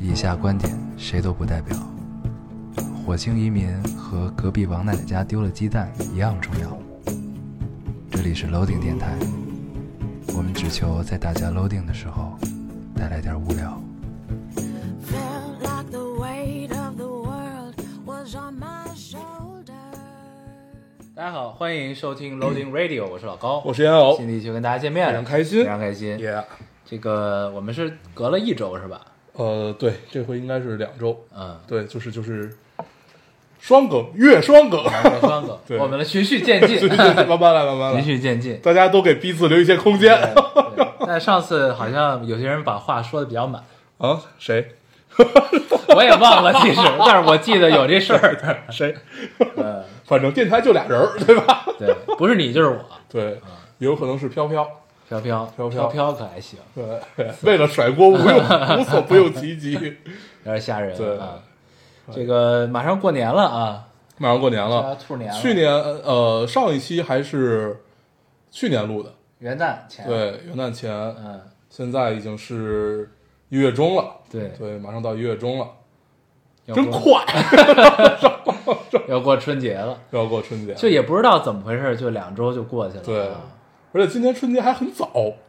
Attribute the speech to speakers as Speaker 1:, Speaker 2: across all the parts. Speaker 1: 以下观点谁都不代表。火星移民和隔壁王奶奶家丢了鸡蛋一样重要。这里是 Loading 电台，我们只求在大家 Loading 的时候带来点无聊。
Speaker 2: Felt like the weight of the world was on my shoulders.
Speaker 3: 大家好，欢迎收 听 Loading Radio，、我是老高，
Speaker 4: 我是烟偶，
Speaker 3: 新的一期跟大家见面了，
Speaker 4: 非常开心
Speaker 3: 非常开心。
Speaker 4: 也
Speaker 3: 这个我们是隔了一周是吧？
Speaker 4: 呃，对，这回应该是两周，
Speaker 3: 嗯，
Speaker 4: 对，就是就是双更，月双更，
Speaker 3: 两周双更
Speaker 4: 对
Speaker 3: 我们来循序渐进，
Speaker 4: 对对 对，慢慢来，慢慢
Speaker 3: 循
Speaker 4: 来，
Speaker 3: 序渐进。
Speaker 4: 大家都给彼此留一些空间
Speaker 3: 对但上次好像有些人把话说的比较满，
Speaker 4: 啊。谁
Speaker 3: 我也忘了， 其实，但是我记得有这事儿。
Speaker 4: 谁，
Speaker 3: 嗯，
Speaker 4: 反正电台就俩人儿，对吧？
Speaker 3: 对，不是你就是我，
Speaker 4: 对，也有可能是飘飘。
Speaker 3: 飘飘
Speaker 4: 飘
Speaker 3: 飘
Speaker 4: 飘
Speaker 3: 飘可还行，
Speaker 4: 对， 为了甩锅无 用，无所不用其极。
Speaker 3: 有点吓人
Speaker 4: 对
Speaker 3: 啊。这个马上过年了啊，
Speaker 4: 马上过年
Speaker 3: 大家
Speaker 4: 了，
Speaker 3: 兔年了，
Speaker 4: 嗯去年呃上一期还是去年录的，
Speaker 3: 元旦前，，
Speaker 4: 对，元旦前，
Speaker 3: 嗯，
Speaker 4: 现在已经是一月中了，
Speaker 3: 对，
Speaker 4: 对，马上到一月中了。
Speaker 3: 要
Speaker 4: 真
Speaker 3: 过
Speaker 4: 快，
Speaker 3: 要过春节了。
Speaker 4: 要过春节，
Speaker 3: 就也不知道怎么回事，就两周就过去了。
Speaker 4: 对
Speaker 3: 啊，
Speaker 4: 而且今年春节还很早，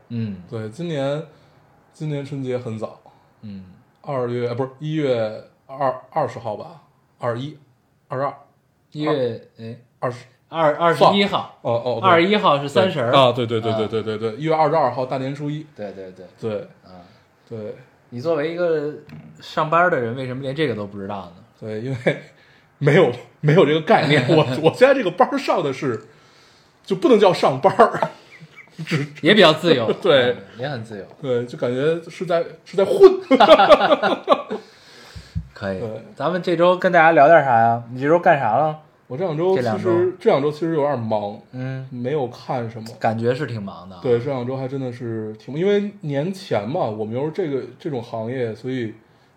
Speaker 3: 嗯
Speaker 4: 对，今年今年春节很早，
Speaker 3: 嗯，
Speaker 4: 二月呃不是一月二二十号吧，二一、二二、
Speaker 3: 一月哎
Speaker 4: 二十，
Speaker 3: 二二十
Speaker 4: 放
Speaker 3: 一号，
Speaker 4: 哦哦，
Speaker 3: 二
Speaker 4: 一
Speaker 3: 十一号是三十儿
Speaker 4: 啊，，对对对
Speaker 3: 啊
Speaker 4: 对对对对，一月二十二号大年初一，
Speaker 3: 对对对，
Speaker 4: 对
Speaker 3: 啊，
Speaker 4: 对
Speaker 3: 你作为一个上班的人，为什么连这个都不知道呢？
Speaker 4: 对，因为 没有没有这个概念， 我我现在这个班儿上的是就不能叫上班儿，
Speaker 3: 也比较自由，
Speaker 4: 对
Speaker 3: 嗯，也很自由，
Speaker 4: 对，就感觉是在是在混，
Speaker 3: 可以
Speaker 4: 对。
Speaker 3: 咱们这周跟大家聊点啥呀？你这周干啥了？
Speaker 4: 我这两周
Speaker 3: 这两
Speaker 4: 其实这两周其实有点忙，
Speaker 3: 嗯，
Speaker 4: 没有看什么。
Speaker 3: 感觉是挺忙的。，啊
Speaker 4: 对，这两周还真的是挺，因为年前嘛，我们又是这个这种行业，所以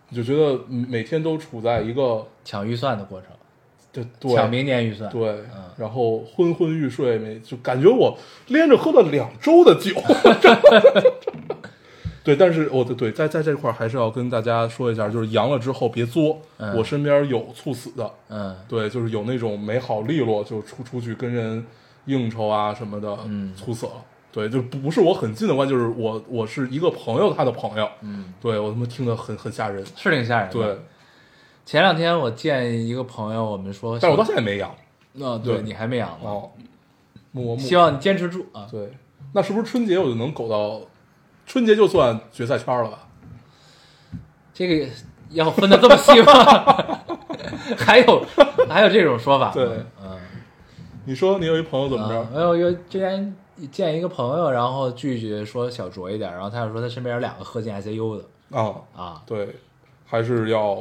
Speaker 4: 你就觉得每天都处在一个
Speaker 3: 抢预算的过程，
Speaker 4: 对
Speaker 3: 抢
Speaker 4: 对
Speaker 3: 明年预算。
Speaker 4: 对、
Speaker 3: 嗯
Speaker 4: 然后昏昏欲睡，每就感觉我连着喝了两周的酒。 对，但是我的对在在这块儿还是要跟大家说一下，就是阳了之后别作，
Speaker 3: 嗯
Speaker 4: 我身边有猝死的，
Speaker 3: 嗯，
Speaker 4: 对，就是有那种没好利落就出出去跟人应酬啊什么的，
Speaker 3: 嗯
Speaker 4: 猝死了。对，就不不是我很近的关系，就是我我是一个朋友，他的朋友，
Speaker 3: 嗯，
Speaker 4: 对我他妈听得很很吓人。
Speaker 3: 是挺吓人的。
Speaker 4: 对，，
Speaker 3: 前两天我见一个朋友，我们说，
Speaker 4: 但是我到现在也没阳。
Speaker 3: 啊，对
Speaker 4: 对
Speaker 3: 你还没养呢，
Speaker 4: 哦，默默
Speaker 3: 希望你坚持住啊。
Speaker 4: 对，那是不是春节我就能苟到？春节就算决赛圈了吧？
Speaker 3: 这个要分的这么细 吗？还有还有这种说法？
Speaker 4: 对，
Speaker 3: 嗯，
Speaker 4: 你说你有一朋友怎么
Speaker 3: 啊
Speaker 4: 着？
Speaker 3: 没有，有之前见一个朋友，然后拒绝说小酌一点，然后他又说他身边有两个喝进 ICU 的
Speaker 4: 啊，
Speaker 3: 啊，
Speaker 4: 对，还是要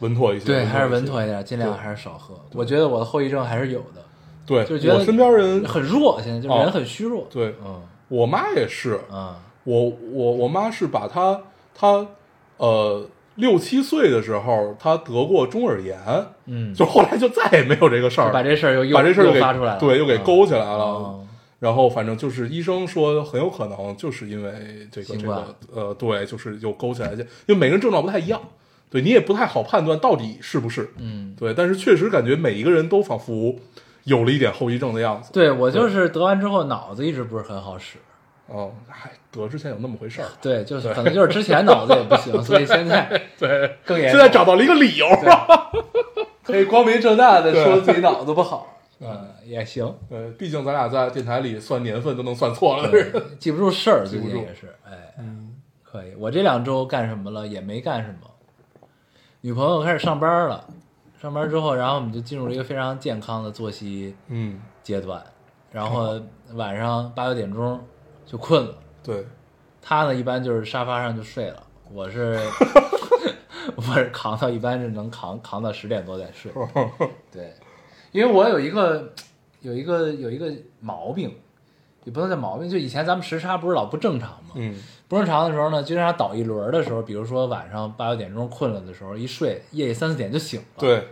Speaker 4: 稳妥一些。
Speaker 3: 对，还是
Speaker 4: 一
Speaker 3: 稳
Speaker 4: 些
Speaker 3: 妥一点，尽量还是少喝。我觉得我的后遗症还是有的，
Speaker 4: 对，
Speaker 3: 就觉得
Speaker 4: 我身边人，
Speaker 3: 很弱，现在就
Speaker 4: 哦
Speaker 3: 人很虚弱。
Speaker 4: 对
Speaker 3: 嗯
Speaker 4: 我妈也是，
Speaker 3: 嗯
Speaker 4: 我我我妈是把她她呃六七岁的时候，她得过中耳炎，
Speaker 3: 嗯，
Speaker 4: 就后来就再也没有这个事儿，
Speaker 3: 把这事儿又又
Speaker 4: 把这事儿
Speaker 3: 又
Speaker 4: 又给
Speaker 3: 发出来了，
Speaker 4: 对，又给
Speaker 3: 嗯
Speaker 4: 勾起来了。
Speaker 3: 哦
Speaker 4: 然后反正就是医生说很有可能就是因为这个
Speaker 3: 新
Speaker 4: 这
Speaker 3: 冠
Speaker 4: 个呃对，就是又勾起来，就因为每个人症状不太一样，对你也不太好判断到底是不是，
Speaker 3: 嗯。
Speaker 4: 对，但是确实感觉每一个人都仿佛有了一点后遗症的样子。
Speaker 3: 对我就是得完之后脑子一直不是很好使，
Speaker 4: 哦，还得之前有那么回事儿，
Speaker 3: 对，就是可能就是之前脑子也 不行，所以现在
Speaker 4: 对，
Speaker 3: 更严
Speaker 4: 现
Speaker 3: 重。
Speaker 4: 在找到了一个理由。
Speaker 3: 可以光明正大的说
Speaker 4: 对
Speaker 3: 自己脑子不好，嗯，也行，
Speaker 4: 呃，毕竟咱俩在电台里算年份都能算错了 的人。
Speaker 3: 对记不住事儿，最
Speaker 4: 不
Speaker 3: 近
Speaker 4: 住
Speaker 3: 也是，哎，可以。我这两周干什么了？也没干什么。女朋友开始上班了，上班之后，然后我们就进入了一个非常健康的作息
Speaker 4: 嗯，
Speaker 3: 阶段，然后晚上八九点钟就困了。
Speaker 4: 对，
Speaker 3: 他呢一般就是沙发上就睡了，我 是 我是扛到一般是能扛扛到十点多再 睡。对，因为我有一个有一个有一个毛病，也不能叫毛病，就以前咱们时差不是老不正常吗？
Speaker 4: 嗯，
Speaker 3: 不正常的时候呢，经常倒一轮儿的时候，比如说晚上八九点钟困了的时候，一睡夜里三四点就醒了。，
Speaker 4: 对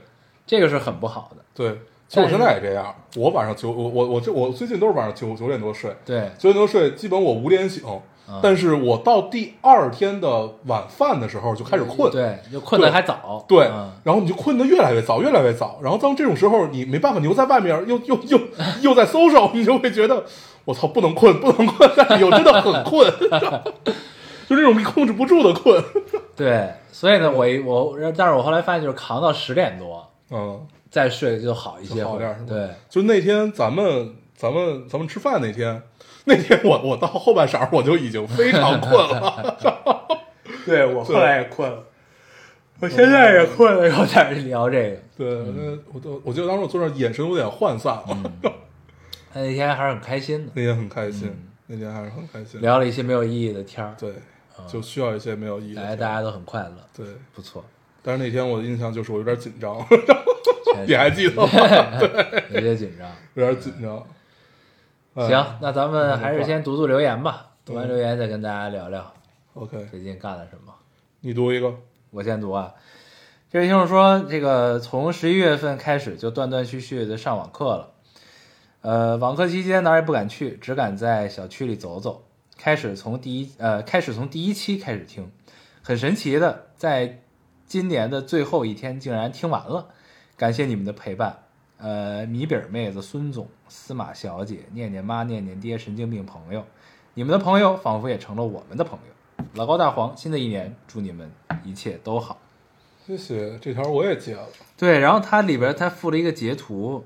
Speaker 3: 这个是很不好的。
Speaker 4: 对，其实我
Speaker 3: 但是
Speaker 4: 现在也这样，我晚上九，我我我这我最近都是晚上九九点多睡，
Speaker 3: 对，
Speaker 4: 九点多睡，基本我五点醒，
Speaker 3: 嗯
Speaker 4: 但是我到第二天的晚饭的时候就开始困，
Speaker 3: 对，就困得
Speaker 4: 对
Speaker 3: 还早，
Speaker 4: 对
Speaker 3: 嗯，
Speaker 4: 然后你就困得越来越早，越来越早。然后当这种时候，你没办法，你又在外面，又又又又在搜手，你就会觉得我操，不能困，不能困，但有真的很 困，就这种控制不住的困。
Speaker 3: 对，所以呢，我一我，但是我后来发现，就是扛到十点多
Speaker 4: 嗯，
Speaker 3: 再睡就好一些
Speaker 4: 就好
Speaker 3: 会
Speaker 4: 点儿
Speaker 3: 儿
Speaker 4: 是吧，
Speaker 3: 对，
Speaker 4: 就那天咱们咱们咱们吃饭那天，那天我我到后半晌儿我就已经非常困了。
Speaker 3: 对我
Speaker 4: 后来
Speaker 3: 也困了，我现在也困了，有点聊这个。
Speaker 4: 对，
Speaker 3: 嗯
Speaker 4: 那我都我记得当时我坐那儿眼神有点涣散了，
Speaker 3: 他那天还是很开心的，
Speaker 4: 那天很开心，那天还是很开心。
Speaker 3: 聊嗯了一些没有意义的天儿，
Speaker 4: 对，就需要一些没有意义的
Speaker 3: 哎，
Speaker 4: 天
Speaker 3: 大家都很快乐，
Speaker 4: 对，
Speaker 3: 不 错。
Speaker 4: 但是那天我的印象就是我有点紧张，
Speaker 3: 确
Speaker 4: 你
Speaker 3: 实
Speaker 4: 还记得吗？
Speaker 3: 有些紧张。
Speaker 4: 有点紧张。哎
Speaker 3: 行，那咱们还是
Speaker 4: 快嗯
Speaker 3: 先读读留言吧，读完留言再跟大家聊聊
Speaker 4: ，OK，
Speaker 3: 最近干了什么。
Speaker 4: 你读一个，
Speaker 3: 我先读啊。这位听众说，这个从十一月份开始就断断续续的上网课了，呃，网课期间哪儿也不敢去，只敢在小区里走走。开始从第一呃，开始从第一期开始听，很神奇的，在今年的最后一天竟然听完了，感谢你们的陪伴。呃，米饼儿妹子、孙总、司马小姐、念念妈、念念爹、神经病朋友，你们的朋友仿佛也成了我们的朋友。老高大黄，新的一年祝你们一切都好。
Speaker 4: 谢谢。这条我也截了，
Speaker 3: 对，然后它里边它附了一个截图，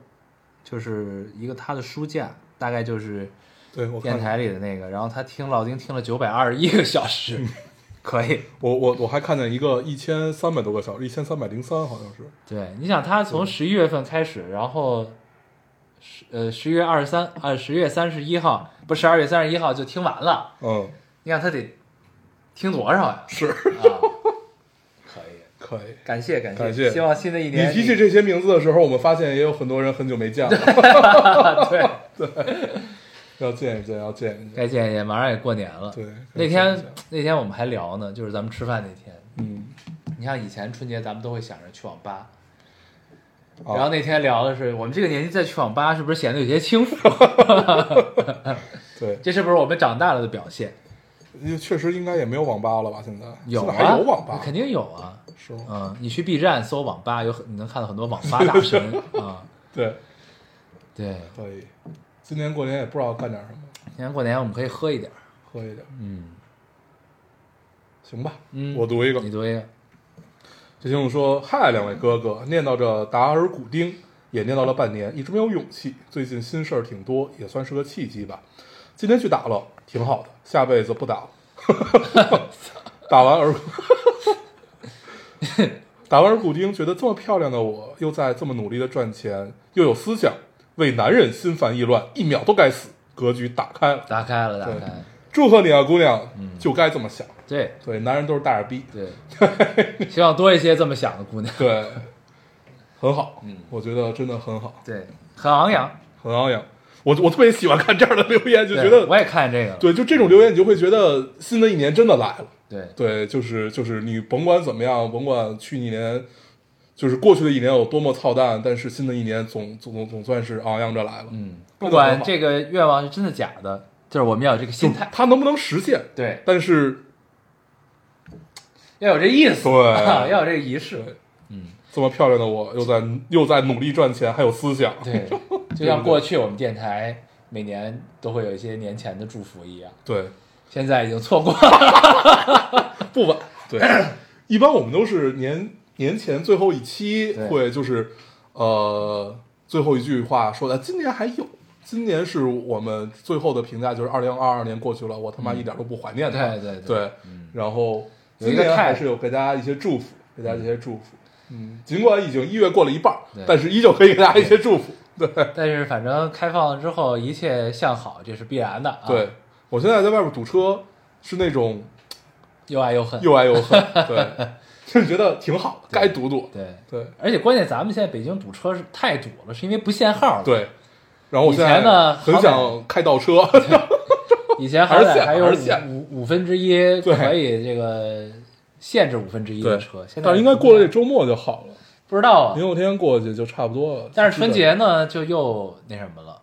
Speaker 3: 就是一个他的书架，大概就是
Speaker 4: 对我看
Speaker 3: 电
Speaker 4: 了
Speaker 3: 台里的那个。然后他听老丁听了九百二十一个小时，可以。
Speaker 4: 我我我还看见一个一千三百多个小时，一千三百零三好像是，
Speaker 3: 对，你想他从十一月份开始，然后十呃十一月二十三呃十月三十一号不十二月三十一号就听完了，
Speaker 4: 嗯，
Speaker 3: 你想他得听多少呀？
Speaker 4: 是
Speaker 3: 啊，可以，
Speaker 4: 可以。
Speaker 3: 感谢感谢，
Speaker 4: 感谢
Speaker 3: 希望新的一
Speaker 4: 你
Speaker 3: 年
Speaker 4: 提起这些名字的时候，我们发现也有很多人很久没 见了，
Speaker 3: 啊对。
Speaker 4: 要见一见，要见一 见。
Speaker 3: 该见也马上也过年了。
Speaker 4: 对
Speaker 3: 那
Speaker 4: 该见一
Speaker 3: 天
Speaker 4: 见
Speaker 3: 那天我们还聊呢，就是咱们吃饭那天。
Speaker 4: 嗯，
Speaker 3: 你像以前春节咱们都会想着去网吧，
Speaker 4: 啊
Speaker 3: 然后那天聊的是我们这个年纪再去网吧是不是显得有些 轻浮？
Speaker 4: 对，
Speaker 3: 这是不是我们长大了的表现？
Speaker 4: 因为确实应该也没有网吧了吧？现在
Speaker 3: 有
Speaker 4: 现
Speaker 3: 啊，
Speaker 4: 在还有网吧
Speaker 3: 肯定有啊。
Speaker 4: 是吗？
Speaker 3: 嗯，你去 B 站搜网吧，有很你能看到很多网吧大 神啊、
Speaker 4: 对，
Speaker 3: 对，
Speaker 4: 可以。今年过年也不知道干点什么，
Speaker 3: 今年过年我们可以喝一点儿。
Speaker 4: 喝一点，
Speaker 3: 嗯
Speaker 4: 行吧。
Speaker 3: 嗯，
Speaker 4: 我读一个
Speaker 3: 你，读一个。
Speaker 4: 这听众说：“嗨，两位哥哥，念叨着达尔古丁，也念叨了半年，一直没有勇气。最近心事儿挺多，也算是个契机吧。今天去打了，挺好的，下辈子不打了。 打完尔， 打完尔古丁，觉得这么漂亮的我，又在这么努力的赚钱，又有思想，为男人心烦意乱，一秒都该死。格局打开了，
Speaker 3: 打开了，打
Speaker 4: 对
Speaker 3: 开了。
Speaker 4: 祝贺你啊，姑娘，
Speaker 3: 嗯
Speaker 4: 就该这么想。
Speaker 3: 对
Speaker 4: 对，男人都是大耳逼。”
Speaker 3: 对，希望多一些这么想的姑娘。
Speaker 4: 对，很好，嗯，我觉得真的很好，
Speaker 3: 对，很昂扬。
Speaker 4: 很昂扬。我我特别喜欢看这样的留言，就
Speaker 3: 对
Speaker 4: 觉得
Speaker 3: 我也看这个了。
Speaker 4: 对，就这种留言，你就会觉得新的一年真的来了。
Speaker 3: 对
Speaker 4: 对，就是就是你甭管怎么样，甭管去一年，就是过去的一年有多么操蛋，但是新的一年总总总总算是昂扬着来了。
Speaker 3: 嗯，
Speaker 4: 这
Speaker 3: 不
Speaker 4: 个很
Speaker 3: 管
Speaker 4: 好
Speaker 3: 这个愿望是真的假的，就是我们要有这个心态，
Speaker 4: 它能不能实现？
Speaker 3: 对，
Speaker 4: 但是
Speaker 3: 要有这意思，啊
Speaker 4: 对
Speaker 3: 要有这个仪式，
Speaker 4: 对这么漂亮的我，又在又在努力赚钱，还有思想。
Speaker 3: 对， 就像过去我们电台每年都会有一些年前的祝福一样，
Speaker 4: 对，
Speaker 3: 现在已经错过了，
Speaker 4: 不晚。对， 一般我们都是年年前最后一期
Speaker 3: 对
Speaker 4: 会就是，呃，最后一句话说的，今年还有，今年是我们最后的评价，就是二零二二年过去了，我他妈一点都不怀念它。
Speaker 3: 嗯对对
Speaker 4: 对
Speaker 3: 对
Speaker 4: 然后
Speaker 3: 有一
Speaker 4: 今
Speaker 3: 个
Speaker 4: 年还
Speaker 3: tag
Speaker 4: 是有给大家一些祝福，给大家一些祝福。嗯，尽管已经一月过了一半儿
Speaker 3: 对，
Speaker 4: 但是依旧可以给大家一些祝福。对
Speaker 3: 但是反正开放了之后一切向好，这是必然的啊，
Speaker 4: 对，，我现在在外边堵车是那种
Speaker 3: 又爱又恨，
Speaker 4: 又爱又恨， 对，就是觉得挺好，该堵堵。
Speaker 3: 对，
Speaker 4: 对，
Speaker 3: 而且关键咱们现在北京堵车是太堵了，是因为不限号了，，
Speaker 4: 对，然后我
Speaker 3: 以
Speaker 4: 现
Speaker 3: 前
Speaker 4: 在
Speaker 3: 呢
Speaker 4: 很
Speaker 3: 好歹
Speaker 4: 想开倒车，
Speaker 3: 以前好
Speaker 4: 还是
Speaker 3: 歹
Speaker 4: 限
Speaker 3: 还有
Speaker 4: 还是限
Speaker 3: 五五五分之一
Speaker 4: 对
Speaker 3: 可以这个限制五分之一的车，现在
Speaker 4: 但是应该过了这周末就好了，
Speaker 3: 不知道啊
Speaker 4: 零。六天过去就差不多了。
Speaker 3: 但是春
Speaker 4: 基本
Speaker 3: 节呢，就又那什么了，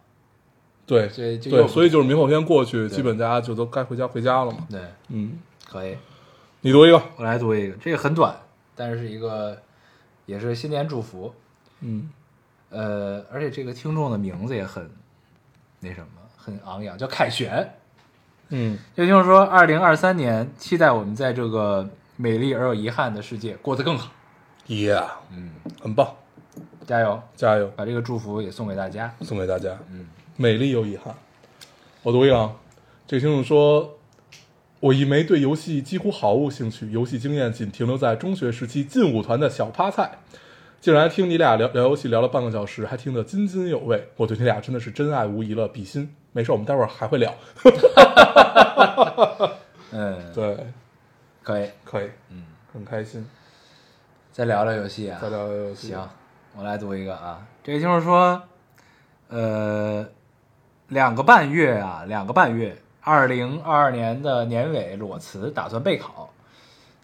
Speaker 4: 对
Speaker 3: 对就
Speaker 4: 对，
Speaker 3: 又
Speaker 4: 所以就是明后天过去，基本大家就都该回家回家了嘛。
Speaker 3: 对，
Speaker 4: 嗯，
Speaker 3: 可以。
Speaker 4: 你读一个，
Speaker 3: 我来读一个，这个很短，但是是一个也是新年祝福。
Speaker 4: 嗯，
Speaker 3: 呃，而且这个听众的名字也很那什么，很昂扬，叫凯旋。
Speaker 4: 嗯，
Speaker 3: 也就是说，二零二三年，期待我们在这个美丽而有遗憾的世界过得更好。
Speaker 4: 耶，
Speaker 3: 嗯，
Speaker 4: 很棒，
Speaker 3: 加油！
Speaker 4: 加油，
Speaker 3: 把这个祝福也送给大家。
Speaker 4: 送给大家。
Speaker 3: 嗯，
Speaker 4: 美丽又遗憾，我读一个啊，这听众说。我一枚对游戏几乎毫无兴趣，游戏经验仅停留在中学时期劲舞团的小趴菜，竟然听你俩聊聊游戏聊了半个小时，还听得津津有味。我对你俩真的是真爱无疑了，比心。没事，我们待会儿还会聊。
Speaker 3: 嗯，
Speaker 4: 对，
Speaker 3: 可以，
Speaker 4: 可以，
Speaker 3: 嗯，
Speaker 4: 很开心。
Speaker 3: 再聊聊游戏啊。
Speaker 4: 再聊聊游戏，
Speaker 3: 行，我来读一个啊，这个就是说，呃，两个半月啊，两个半月，二零二二年的年尾裸辞，打算备考，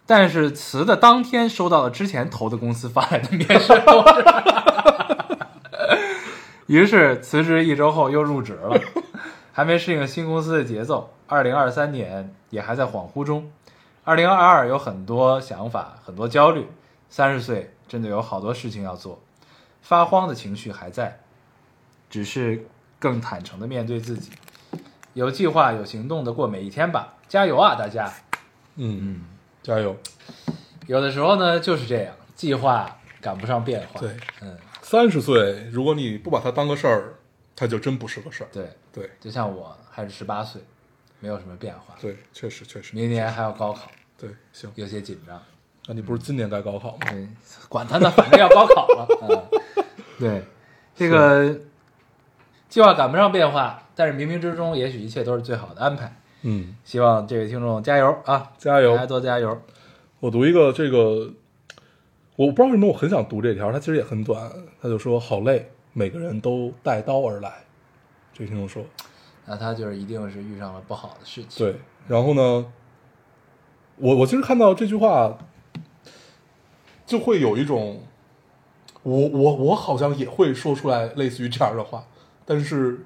Speaker 3: 但是辞的当天收到了之前投的公司发来的面试通知， 于是辞职一周后又入职了，还没适应新公司的节奏，二零二三年也还在恍惚中。二零二二有很多想法，很多焦虑。三十岁真的有好多事情要做，发慌的情绪还在，只是更坦诚的面对自己，有计划、有行动的过每一天吧，加油啊，大家！
Speaker 4: 嗯，加油。
Speaker 3: 有的时候呢就是这样，计划赶不上变化。
Speaker 4: 对，
Speaker 3: 嗯，
Speaker 4: 三十岁，如果你不把它当个事儿，它就真不是个事儿。
Speaker 3: 对，
Speaker 4: 对
Speaker 3: 就像我还是十八岁，没有什么变化。
Speaker 4: 对，确实确实，
Speaker 3: 明年还要高考，
Speaker 4: 对，行。
Speaker 3: 有些紧张。
Speaker 4: 那你不是今年该高考吗？
Speaker 3: 对，管他呢，反正要高考了。嗯，对，这个计划赶不上变化，但是冥冥之中，也许一切都是最好的安排。
Speaker 4: 嗯，
Speaker 3: 希望这位听众加油啊！
Speaker 4: 加油
Speaker 3: 大家多加油！
Speaker 4: 我读一个这个，我不知道为什么我很想读这条，它其实也很短。他就说：“好累，每个人都带刀而来。”这个听众说，
Speaker 3: 那他就是一定是遇上了不好的事情。
Speaker 4: 对，然后呢，我我其实看到这句话，就会有一种，我我我好像也会说出来类似于这样的话，但是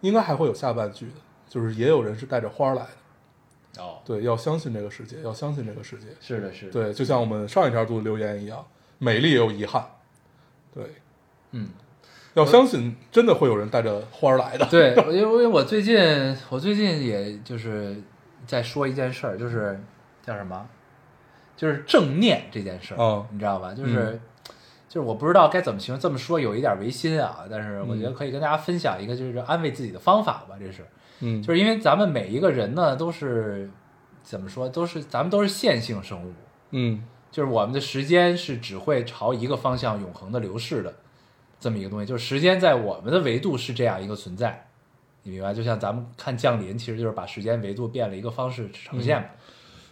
Speaker 4: 应该还会有下半句的，就是也有人是带着花儿来的，
Speaker 3: 对，哦，
Speaker 4: 对，要相信这个世界，要相信这个世界，
Speaker 3: 是的，是的，，
Speaker 4: 对，就像我们上一条读的留言一样，美丽也有遗憾，对，
Speaker 3: 嗯，
Speaker 4: 要相信真的会有人带着花儿来的，
Speaker 3: 对，我因为因为我最近我最近也就是在说一件事儿，就是叫什么，就是正念这件事儿，
Speaker 4: 哦
Speaker 3: 你知道吧？就是、就是我不知道该怎么形容，这么说有一点违心啊，但是我觉得可以跟大家分享一个就是安慰自己的方法吧，这是。
Speaker 4: 嗯，
Speaker 3: 就是因为咱们每一个人呢，都是怎么说，都是咱们都是线性生物，
Speaker 4: 嗯
Speaker 3: 就是我们的时间是只会朝一个方向永恒的流逝的，这么一个东西。就是时间在我们的维度是这样一个存在，你明白？就像咱们看《降临》，其实就是把时间维度变了一个方式呈现嘛。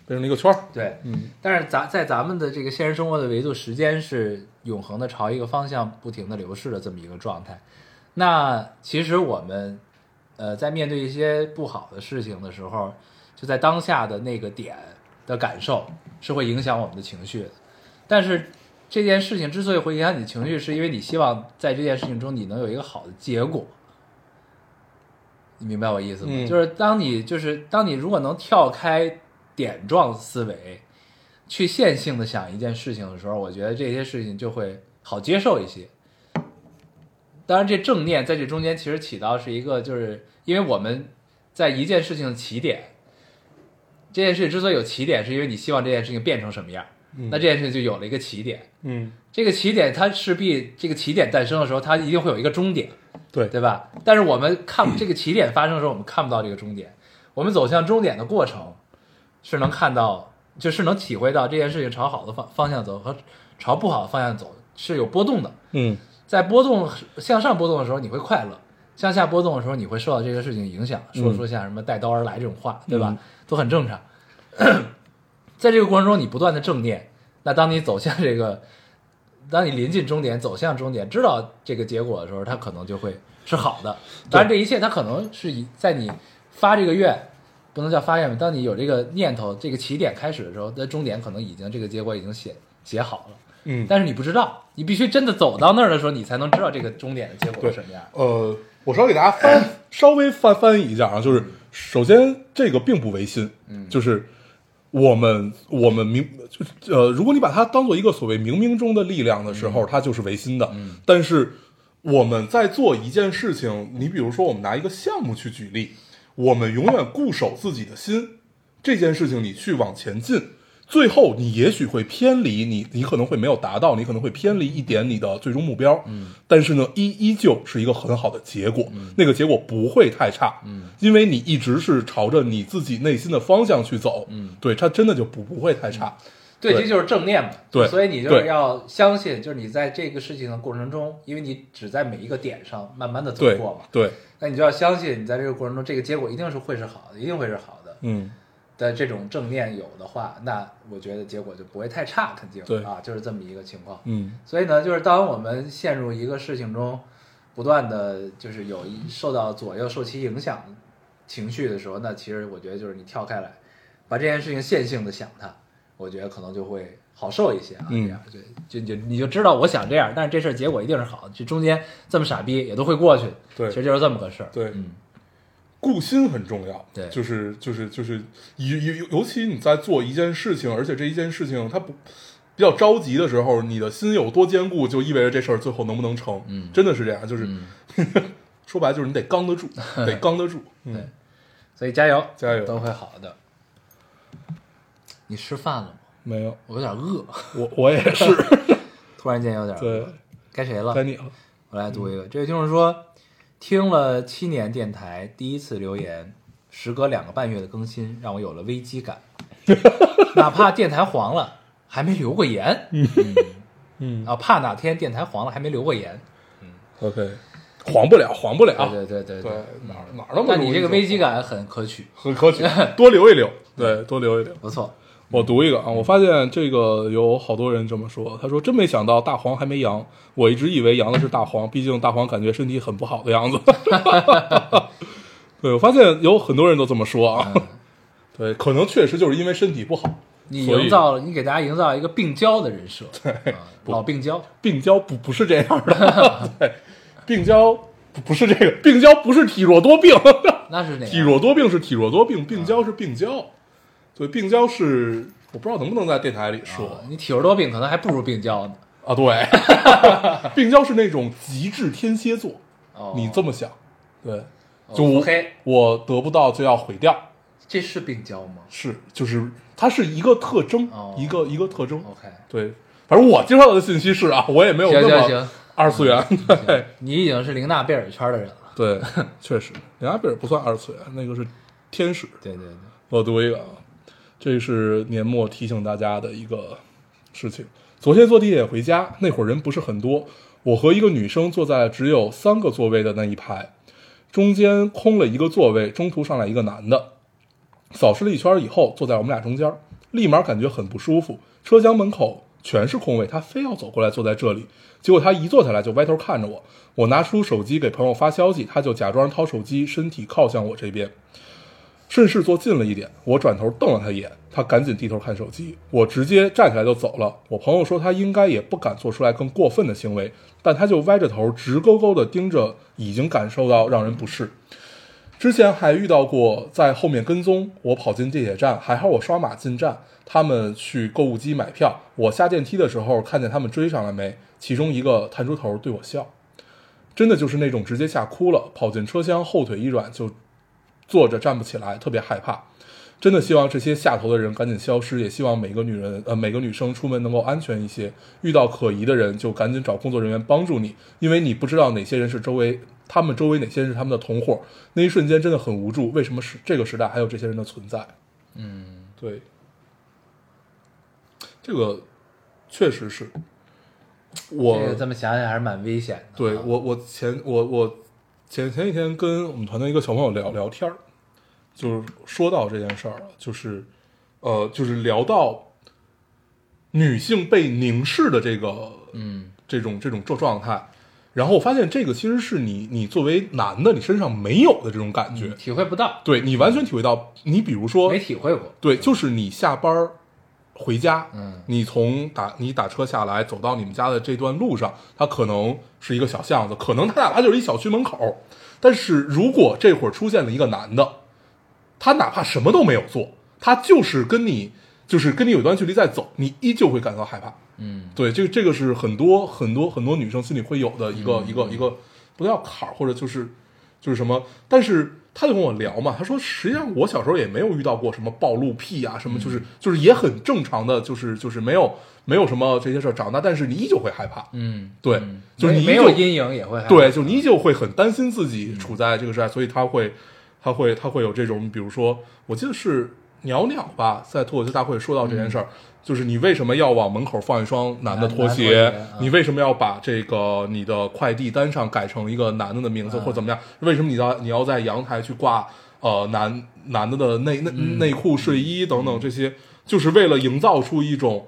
Speaker 4: 变成了一个圈儿，
Speaker 3: 对，
Speaker 4: 嗯
Speaker 3: 但是咱在咱们的这个现实生活的维度，时间是永恒的朝一个方向不停的流逝的这么一个状态。那其实我们呃在面对一些不好的事情的时候，就在当下的那个点的感受是会影响我们的情绪的。但是这件事情之所以会影响你的情绪，是因为你希望在这件事情中你能有一个好的结果。你明白我意思吗？
Speaker 4: 嗯
Speaker 3: 就是当你就是当你如果能跳开点状思维，去线性的想一件事情的时候，我觉得这些事情就会好接受一些。当然，这正念在这中间其实起到是一个，就是因为我们在一件事情的起点，这件事情之所以有起点，是因为你希望这件事情变成什么样，那这件事情就有了一个起点。
Speaker 4: 嗯，
Speaker 3: 这个起点，它势必这个起点诞生的时候，它一定会有一个终点，
Speaker 4: 对
Speaker 3: 对吧？但是我们看这个起点发生的时候，我们看不到这个终点，我们走向终点的过程是能看到，就是能体会到这件事情朝好的方方向走和朝不好的方向走是有波动的。
Speaker 4: 嗯
Speaker 3: 在波动向上波动的时候，你会快乐；向下波动的时候，你会受到这个事情影响。说说像什么“带刀而来”这种话，对吧？
Speaker 4: 嗯
Speaker 3: 都很正常。在这个过程中，你不断的正念。那当你走向这个，当你临近终点，走向终点，知道这个结果的时候，它可能就会是好的。当然，这一切它可能是以在你发这个愿，不能叫发愿吧？当你有这个念头、这个起点开始的时候，那终点可能已经这个结果已经写写好了。
Speaker 4: 嗯，
Speaker 3: 但是你不知道，你必须真的走到那儿的时候，你才能知道这个终点的结果
Speaker 4: 对
Speaker 3: 是什么样。
Speaker 4: 呃，我稍微给大家翻稍微翻翻译一下啊，就是首先这个并不违心，嗯，就是我们我们明就是呃，如果你把它当做一个所谓冥冥中的力量的时候，它就是违心的，嗯，但是我们在做一件事情，你比如说我们拿一个项目去举例，我们永远固守自己的心，这件事情你去往前进。最后，你也许会偏离你，你可能会没有达到，你可能会偏离一点你的最终目标。嗯，但是呢，依依旧是一个很好的结果，那个结果不会太差。嗯，因为你一直是朝着你自己内心的方向去走。嗯，对，它真的就不不会太差。
Speaker 3: 对，
Speaker 4: 对
Speaker 3: 这就是正念嘛。
Speaker 4: 对
Speaker 3: 所以你就是
Speaker 4: 对
Speaker 3: 要相信，就是你在这个事情的过程中，因为你只在每一个点上慢慢的走
Speaker 4: 对
Speaker 3: 过嘛，
Speaker 4: 对，
Speaker 3: 那你就要相信，你在这个过程中，这个结果一定是会是好的，一定会是好的。
Speaker 4: 嗯，
Speaker 3: 的这种正念有的话，那我觉得结果就不会太差，肯定
Speaker 4: 对
Speaker 3: 啊，就是这么一个情况。
Speaker 4: 嗯，
Speaker 3: 所以呢，就是当我们陷入一个事情中，不断的就是有一受到左右受其影响情绪的时候，那其实我觉得就是你跳开来，把这件事情线性的想它，我觉得可能就会好受一些啊。
Speaker 4: 嗯
Speaker 3: 这样对，就就你就知道我想这样，但是这事儿结果一定是好的，这中间这么傻逼也都会过去。
Speaker 4: 对
Speaker 3: 其实就是这么个事儿。
Speaker 4: 对
Speaker 3: 嗯，
Speaker 4: 固心很重要。
Speaker 3: 对
Speaker 4: 就是就是就是，尤尤尤其你在做一件事情，而且这一件事情它不比较着急的时候，你的心有多坚固，就意味着这事儿最后能不能成。嗯，真的是这样，就是、 说白了就是你得刚得 住，得刚得住。
Speaker 3: 对
Speaker 4: 嗯，
Speaker 3: 所以加油，
Speaker 4: 加油
Speaker 3: 都会好的。你吃饭了吗？
Speaker 4: 没有，
Speaker 3: 我有点饿，
Speaker 4: 我我也 是。
Speaker 3: 突然间有点饿
Speaker 4: 对，
Speaker 3: 该谁了？
Speaker 4: 该你了。
Speaker 3: 我来读一个，这位听众说，听了七年电台，第一次留言，时隔两个半月的更新，让我有了危机 感。哪怕电台黄了，还没留过言。
Speaker 4: 嗯
Speaker 3: 啊，怕哪天电台黄了还没留过言。
Speaker 4: ，OK，黄不了，黄不了。
Speaker 3: 对对对
Speaker 4: 啊对
Speaker 3: 对。
Speaker 4: 哪儿哪儿那么？
Speaker 3: 但你这个危机嗯感很可取，
Speaker 4: 很可取，多留一留。对，多留一留。
Speaker 3: 不错。
Speaker 4: 我读一个啊，我发现这个有好多人这么说，他说真没想到大黄还没阳，我一直以为阳的是大黄，毕竟大黄感觉身体很不好的样子。 对，我发现有很多人都这么说啊。 对，可能确实就是因为身体不好，
Speaker 3: 你
Speaker 4: 所以
Speaker 3: 营造了，你给大家营造一个病娇的 人设，啊老病娇。
Speaker 4: 病娇不不是这样的。对，病娇不不是这个，病娇不是体弱多病，
Speaker 3: 那是哪
Speaker 4: 体
Speaker 3: 样？
Speaker 4: 弱多病是体弱多病，病娇是病娇。对，病娇是我不知道能不能在电台里说。
Speaker 3: 你体弱多病，可能还不如病娇呢。
Speaker 4: 啊，对，病娇是那种极致天蝎座，
Speaker 3: 哦，
Speaker 4: 你这么想，对，
Speaker 3: 哦
Speaker 4: 就我、
Speaker 3: 腹黑
Speaker 4: 我得不到就要毁掉，
Speaker 3: 这是病娇吗
Speaker 4: 是就是它是一个特征，
Speaker 3: 哦
Speaker 4: 一个一个特征，
Speaker 3: ？OK，
Speaker 4: 对，反正我接受到的信息是啊，我也没有
Speaker 3: 行
Speaker 4: 那
Speaker 3: 行嗯
Speaker 4: 么
Speaker 3: 行，
Speaker 4: 二次元，对
Speaker 3: 你已经是玲娜贝尔圈的人了。
Speaker 4: 对， 确实，梁家贝尔不算二次元，那个是天使，
Speaker 3: 对对对，
Speaker 4: 我读一个，啊，这是年末提醒大家的一个事情。昨天坐地铁回家，那会儿人不是很多，我和一个女生坐在只有三个座位的那一排，中间空了一个座位，中途上来一个男的，扫视了一圈以后，坐在我们俩中间，立马感觉很不舒服。车厢门口全是空位，他非要走过来坐在这里，结果他一坐下来就歪头看着我，我拿出手机给朋友发消息，他就假装掏手机，身体靠向我这边。顺势坐近了一点，我转头瞪了他一眼，他赶紧低头看手机，我直接站起来就走了。我朋友说他应该也不敢做出来更过分的行为，但他就歪着头，直勾勾地盯着，已经感受到让人不适。之前还遇到过在后面跟踪，我跑进地铁站，还好我刷码进站，他们去购物机买票，我下电梯的时候看见他们追上来没，其中一个探出头对我笑，真的就是那种直接吓哭了，跑进车厢后腿一软就坐着站不起来，特别害怕。真的希望这些下头的人赶紧消失，也希望每个女人呃每个女生出门能够安全一些。遇到可疑的人就赶紧找工作人员帮助你，因为你不知道哪些人是周围他们周围哪些人是他们的同伙。那一瞬间真的很无助，为什么是这个时代还有这些人的存在？嗯，对，这个确实是我
Speaker 3: 这个这么想想还是蛮危险的。
Speaker 4: 对我，我前我我前前几天跟我们团队一个小朋友聊聊天儿，就是说到这件事儿了，就是呃，就是聊到女性被凝视的这个
Speaker 3: 嗯，
Speaker 4: 这种这种状状态，然后我发现这个其实是你你作为男的你身上没有的这种感
Speaker 3: 嗯
Speaker 4: 觉，
Speaker 3: 体会不到，
Speaker 4: 对你完全体会到，你比如说
Speaker 3: 没体会过。
Speaker 4: 对，就是你下班儿回家，
Speaker 3: 嗯
Speaker 4: 你从打你打车下来，走到你们家的这段路上，它可能是一个小巷子，可能他哪怕就是一小区门口。但是如果这会儿出现了一个男的，他哪怕什么都没有做，他就是跟你就是跟你有一段距离在走，你依旧会感到害怕。
Speaker 3: 嗯，
Speaker 4: 对，这个这个是很多很多很多女生心里会有的一个、
Speaker 3: 嗯
Speaker 4: 一个一个不叫坎儿，或者就是就是什么，但是。他就跟我聊嘛，他说实际上我小时候也没有遇到过什么暴露癖啊，
Speaker 3: 嗯
Speaker 4: 什么就是、就是也很正常的，就是就是没有没有什么这些事儿。长大，但是你依旧会害怕，
Speaker 3: 嗯，
Speaker 4: 对，就是
Speaker 3: 没
Speaker 4: 你依
Speaker 3: 没
Speaker 4: 旧
Speaker 3: 有阴影也会害怕
Speaker 4: 对，就你依旧会很担心自己处在这个时代，所以他会，他会，他会有这种，比如说，我记得是鸟鸟吧，在脱口秀大会说到这件事儿，就是你为什么要往门口放一双男的
Speaker 3: 嗯男男
Speaker 4: 拖
Speaker 3: 拖
Speaker 4: 鞋？
Speaker 3: 鞋啊
Speaker 4: 你为什么要把这个你的快递单上改成一个男的的名字，
Speaker 3: 嗯
Speaker 4: 或者怎么样？为什么你要你要在阳台去挂呃男男的的内内、
Speaker 3: 嗯
Speaker 4: 内裤、睡衣等等这些，就是为了营造出一种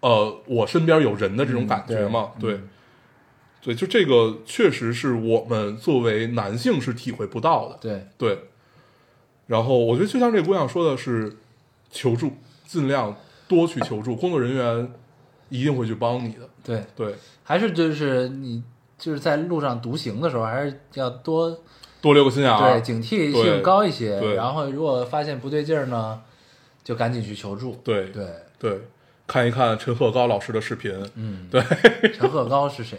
Speaker 4: 呃我身边有人的
Speaker 3: 嗯
Speaker 4: 这种感觉嘛？对。对，就这个确实是我们作为男性是体会不到的。
Speaker 3: 对，
Speaker 4: 对，然后我觉得就像这个姑娘说的是，求助，尽量多去求助，工作人员一定会去帮你的。
Speaker 3: 对，
Speaker 4: 对，
Speaker 3: 还是就是你就是在路上独行的时候，还是要多
Speaker 4: 多留个心眼儿。
Speaker 3: 对警惕
Speaker 4: 啊对
Speaker 3: 性高一些
Speaker 4: 对。
Speaker 3: 然后如果发现不对劲儿呢，就赶紧去求助。
Speaker 4: 对对
Speaker 3: 对，
Speaker 4: 看一看陈鹤高老师的视频，
Speaker 3: 嗯，
Speaker 4: 对，
Speaker 3: 陈鹤高是谁？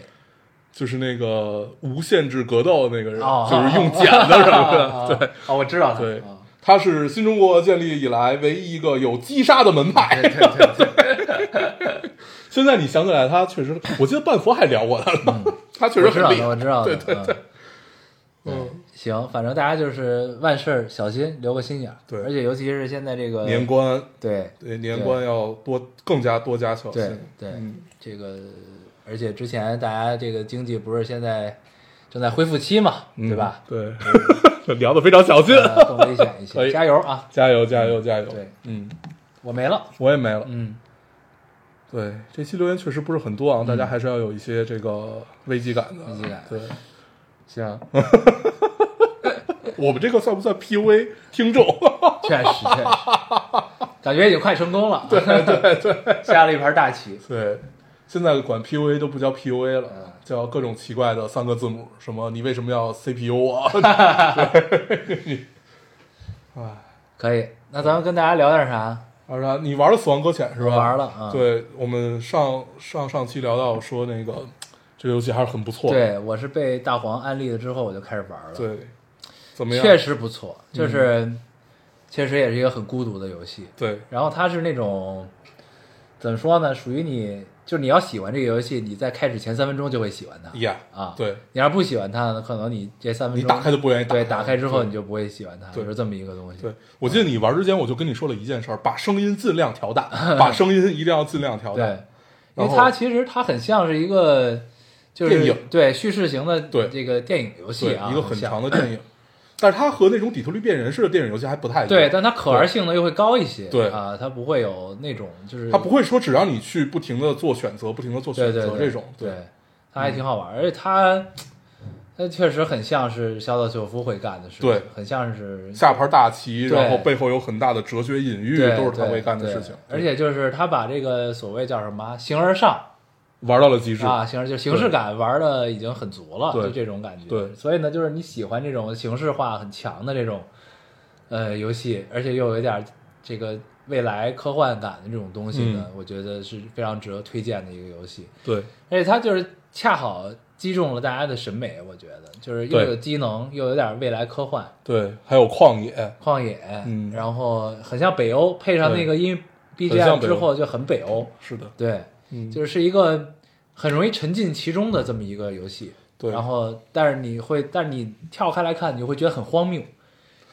Speaker 4: 就是那个无限制格斗的那个人，
Speaker 3: 哦
Speaker 4: 就 是用剪的什么
Speaker 3: 啊
Speaker 4: 的。 对，，
Speaker 3: 哦，我知道他。
Speaker 4: 对
Speaker 3: 啊
Speaker 4: 他是新中国建立以来唯一一个有击杀的门派。
Speaker 3: 对啊对对对，
Speaker 4: 现在你想起来，他确实，我记得半佛还聊过他呢， 他确实
Speaker 3: 我知道
Speaker 4: 很厉
Speaker 3: 的，
Speaker 4: 害。
Speaker 3: 嗯我知道的。
Speaker 4: 对对
Speaker 3: 嗯
Speaker 4: 对，嗯，
Speaker 3: 行，反正大家就是万事儿小心，留个心眼儿。
Speaker 4: 对
Speaker 3: 而且尤其是现在这个
Speaker 4: 年，关
Speaker 3: 对
Speaker 4: 对年关要多更加多加小
Speaker 3: 对
Speaker 4: 心。
Speaker 3: 对
Speaker 4: 嗯，
Speaker 3: 这个而且之前大家这个经济不是现在正在恢复期嘛，
Speaker 4: 嗯
Speaker 3: 对 吧？？
Speaker 4: 对， 聊的非常小心，
Speaker 3: 呃更危险一
Speaker 4: 可以
Speaker 3: 些，加油啊！
Speaker 4: 加油加油加油！
Speaker 3: 对，
Speaker 4: 嗯，
Speaker 3: 我没了，
Speaker 4: 我也没了。
Speaker 3: 嗯，
Speaker 4: 对，这期留言确实不是很多啊，大
Speaker 3: 嗯
Speaker 4: 家还是要有一些这个危机感的。
Speaker 3: 危机感
Speaker 4: 对，
Speaker 3: 行，
Speaker 4: 我们这个算不算 PUA 听 众？
Speaker 3: 确实确实， 感觉已经快成功了，对对对， 下了一盘大棋，
Speaker 4: 对，现在管 PUA 都不叫 PUA 了，啊叫各种奇怪的三个字母，什么你为什么要 CPU 啊？
Speaker 3: 可以。那咱们跟大家聊点啥？
Speaker 4: 二啥？你玩了《死亡搁浅》是吧？
Speaker 3: 玩了嗯
Speaker 4: 对我们上上上期聊到说那个这个游戏还是很不错的。
Speaker 3: 对我是被大黄安利了之后，我就开始玩了，
Speaker 4: 对怎么样？
Speaker 3: 确实不错，就是、确实也是一个很孤独的游戏。
Speaker 4: 对
Speaker 3: 然后它是那种怎么说呢，属于你就是你要喜欢这个游戏，你在开始前三分钟就会喜欢它。
Speaker 4: 呀
Speaker 3: 啊
Speaker 4: 对
Speaker 3: 你要是不喜欢它呢，可能你这三分钟
Speaker 4: 你打开就不愿意打
Speaker 3: 对，
Speaker 4: 开
Speaker 3: 打开之后
Speaker 4: 对
Speaker 3: 你就不会喜欢它，
Speaker 4: 对
Speaker 3: 就是这么一个东西。
Speaker 4: 对，我记得你玩之前我就跟你说了一件事儿，把声音尽量调 大，把声音一定要尽量调
Speaker 3: 对
Speaker 4: 大。
Speaker 3: 因为
Speaker 4: 然后
Speaker 3: 它其实它很像是一个就
Speaker 4: 电
Speaker 3: 是
Speaker 4: 影
Speaker 3: 对叙事型的
Speaker 4: 对
Speaker 3: 这个电影游戏
Speaker 4: 对，
Speaker 3: 啊，
Speaker 4: 一个
Speaker 3: 很
Speaker 4: 很
Speaker 3: 像
Speaker 4: 长的电影，但是它和那种底特律变人式的电影游戏还不太一样。
Speaker 3: 对，但它可玩性呢又会高一些。
Speaker 4: 对
Speaker 3: 啊，它不会有那种就是
Speaker 4: 它不会说只让你去不停的做选择，不停的做
Speaker 3: 对
Speaker 4: 选
Speaker 3: 对
Speaker 4: 择
Speaker 3: 对
Speaker 4: 这种。
Speaker 3: 对，它还挺好玩儿，而且它它确实很像是小岛秀夫会干的事，
Speaker 4: 对，
Speaker 3: 很像是
Speaker 4: 下盘大棋，
Speaker 3: 对
Speaker 4: 然后背后有很大的哲学隐喻，
Speaker 3: 对
Speaker 4: 都是他
Speaker 3: 对
Speaker 4: 会干的
Speaker 3: 对
Speaker 4: 事情。
Speaker 3: 而且就是他把这个所谓叫什么形而上
Speaker 4: 玩到了极致，
Speaker 3: 啊，形而就形式感玩的已经很足了，
Speaker 4: 对
Speaker 3: 就这种感觉。
Speaker 4: 对
Speaker 3: 所以呢，就是你喜欢这种形式化很强的这种呃游戏，而且又有一点儿这个未来科幻感的这种东西呢，
Speaker 4: 嗯
Speaker 3: 我觉得是非常值得推荐的一个游戏。
Speaker 4: 对
Speaker 3: 而且哎它就是恰好击中了大家的审美，我觉得就是又
Speaker 4: 对
Speaker 3: 有机能，又有点未来科幻
Speaker 4: 对，还有旷野，
Speaker 3: 旷野，
Speaker 4: 嗯
Speaker 3: 然后很像北欧，配上
Speaker 4: 对
Speaker 3: 那个音
Speaker 4: 很像
Speaker 3: BGM
Speaker 4: 北
Speaker 3: 之
Speaker 4: 欧
Speaker 3: 后就很北欧，
Speaker 4: 是的，
Speaker 3: 对，
Speaker 4: 嗯
Speaker 3: 就是一个很容易沉浸其中的这么一个游戏。
Speaker 4: 对
Speaker 3: 然后但是你会，但是你跳开来看，你就会觉得很荒谬。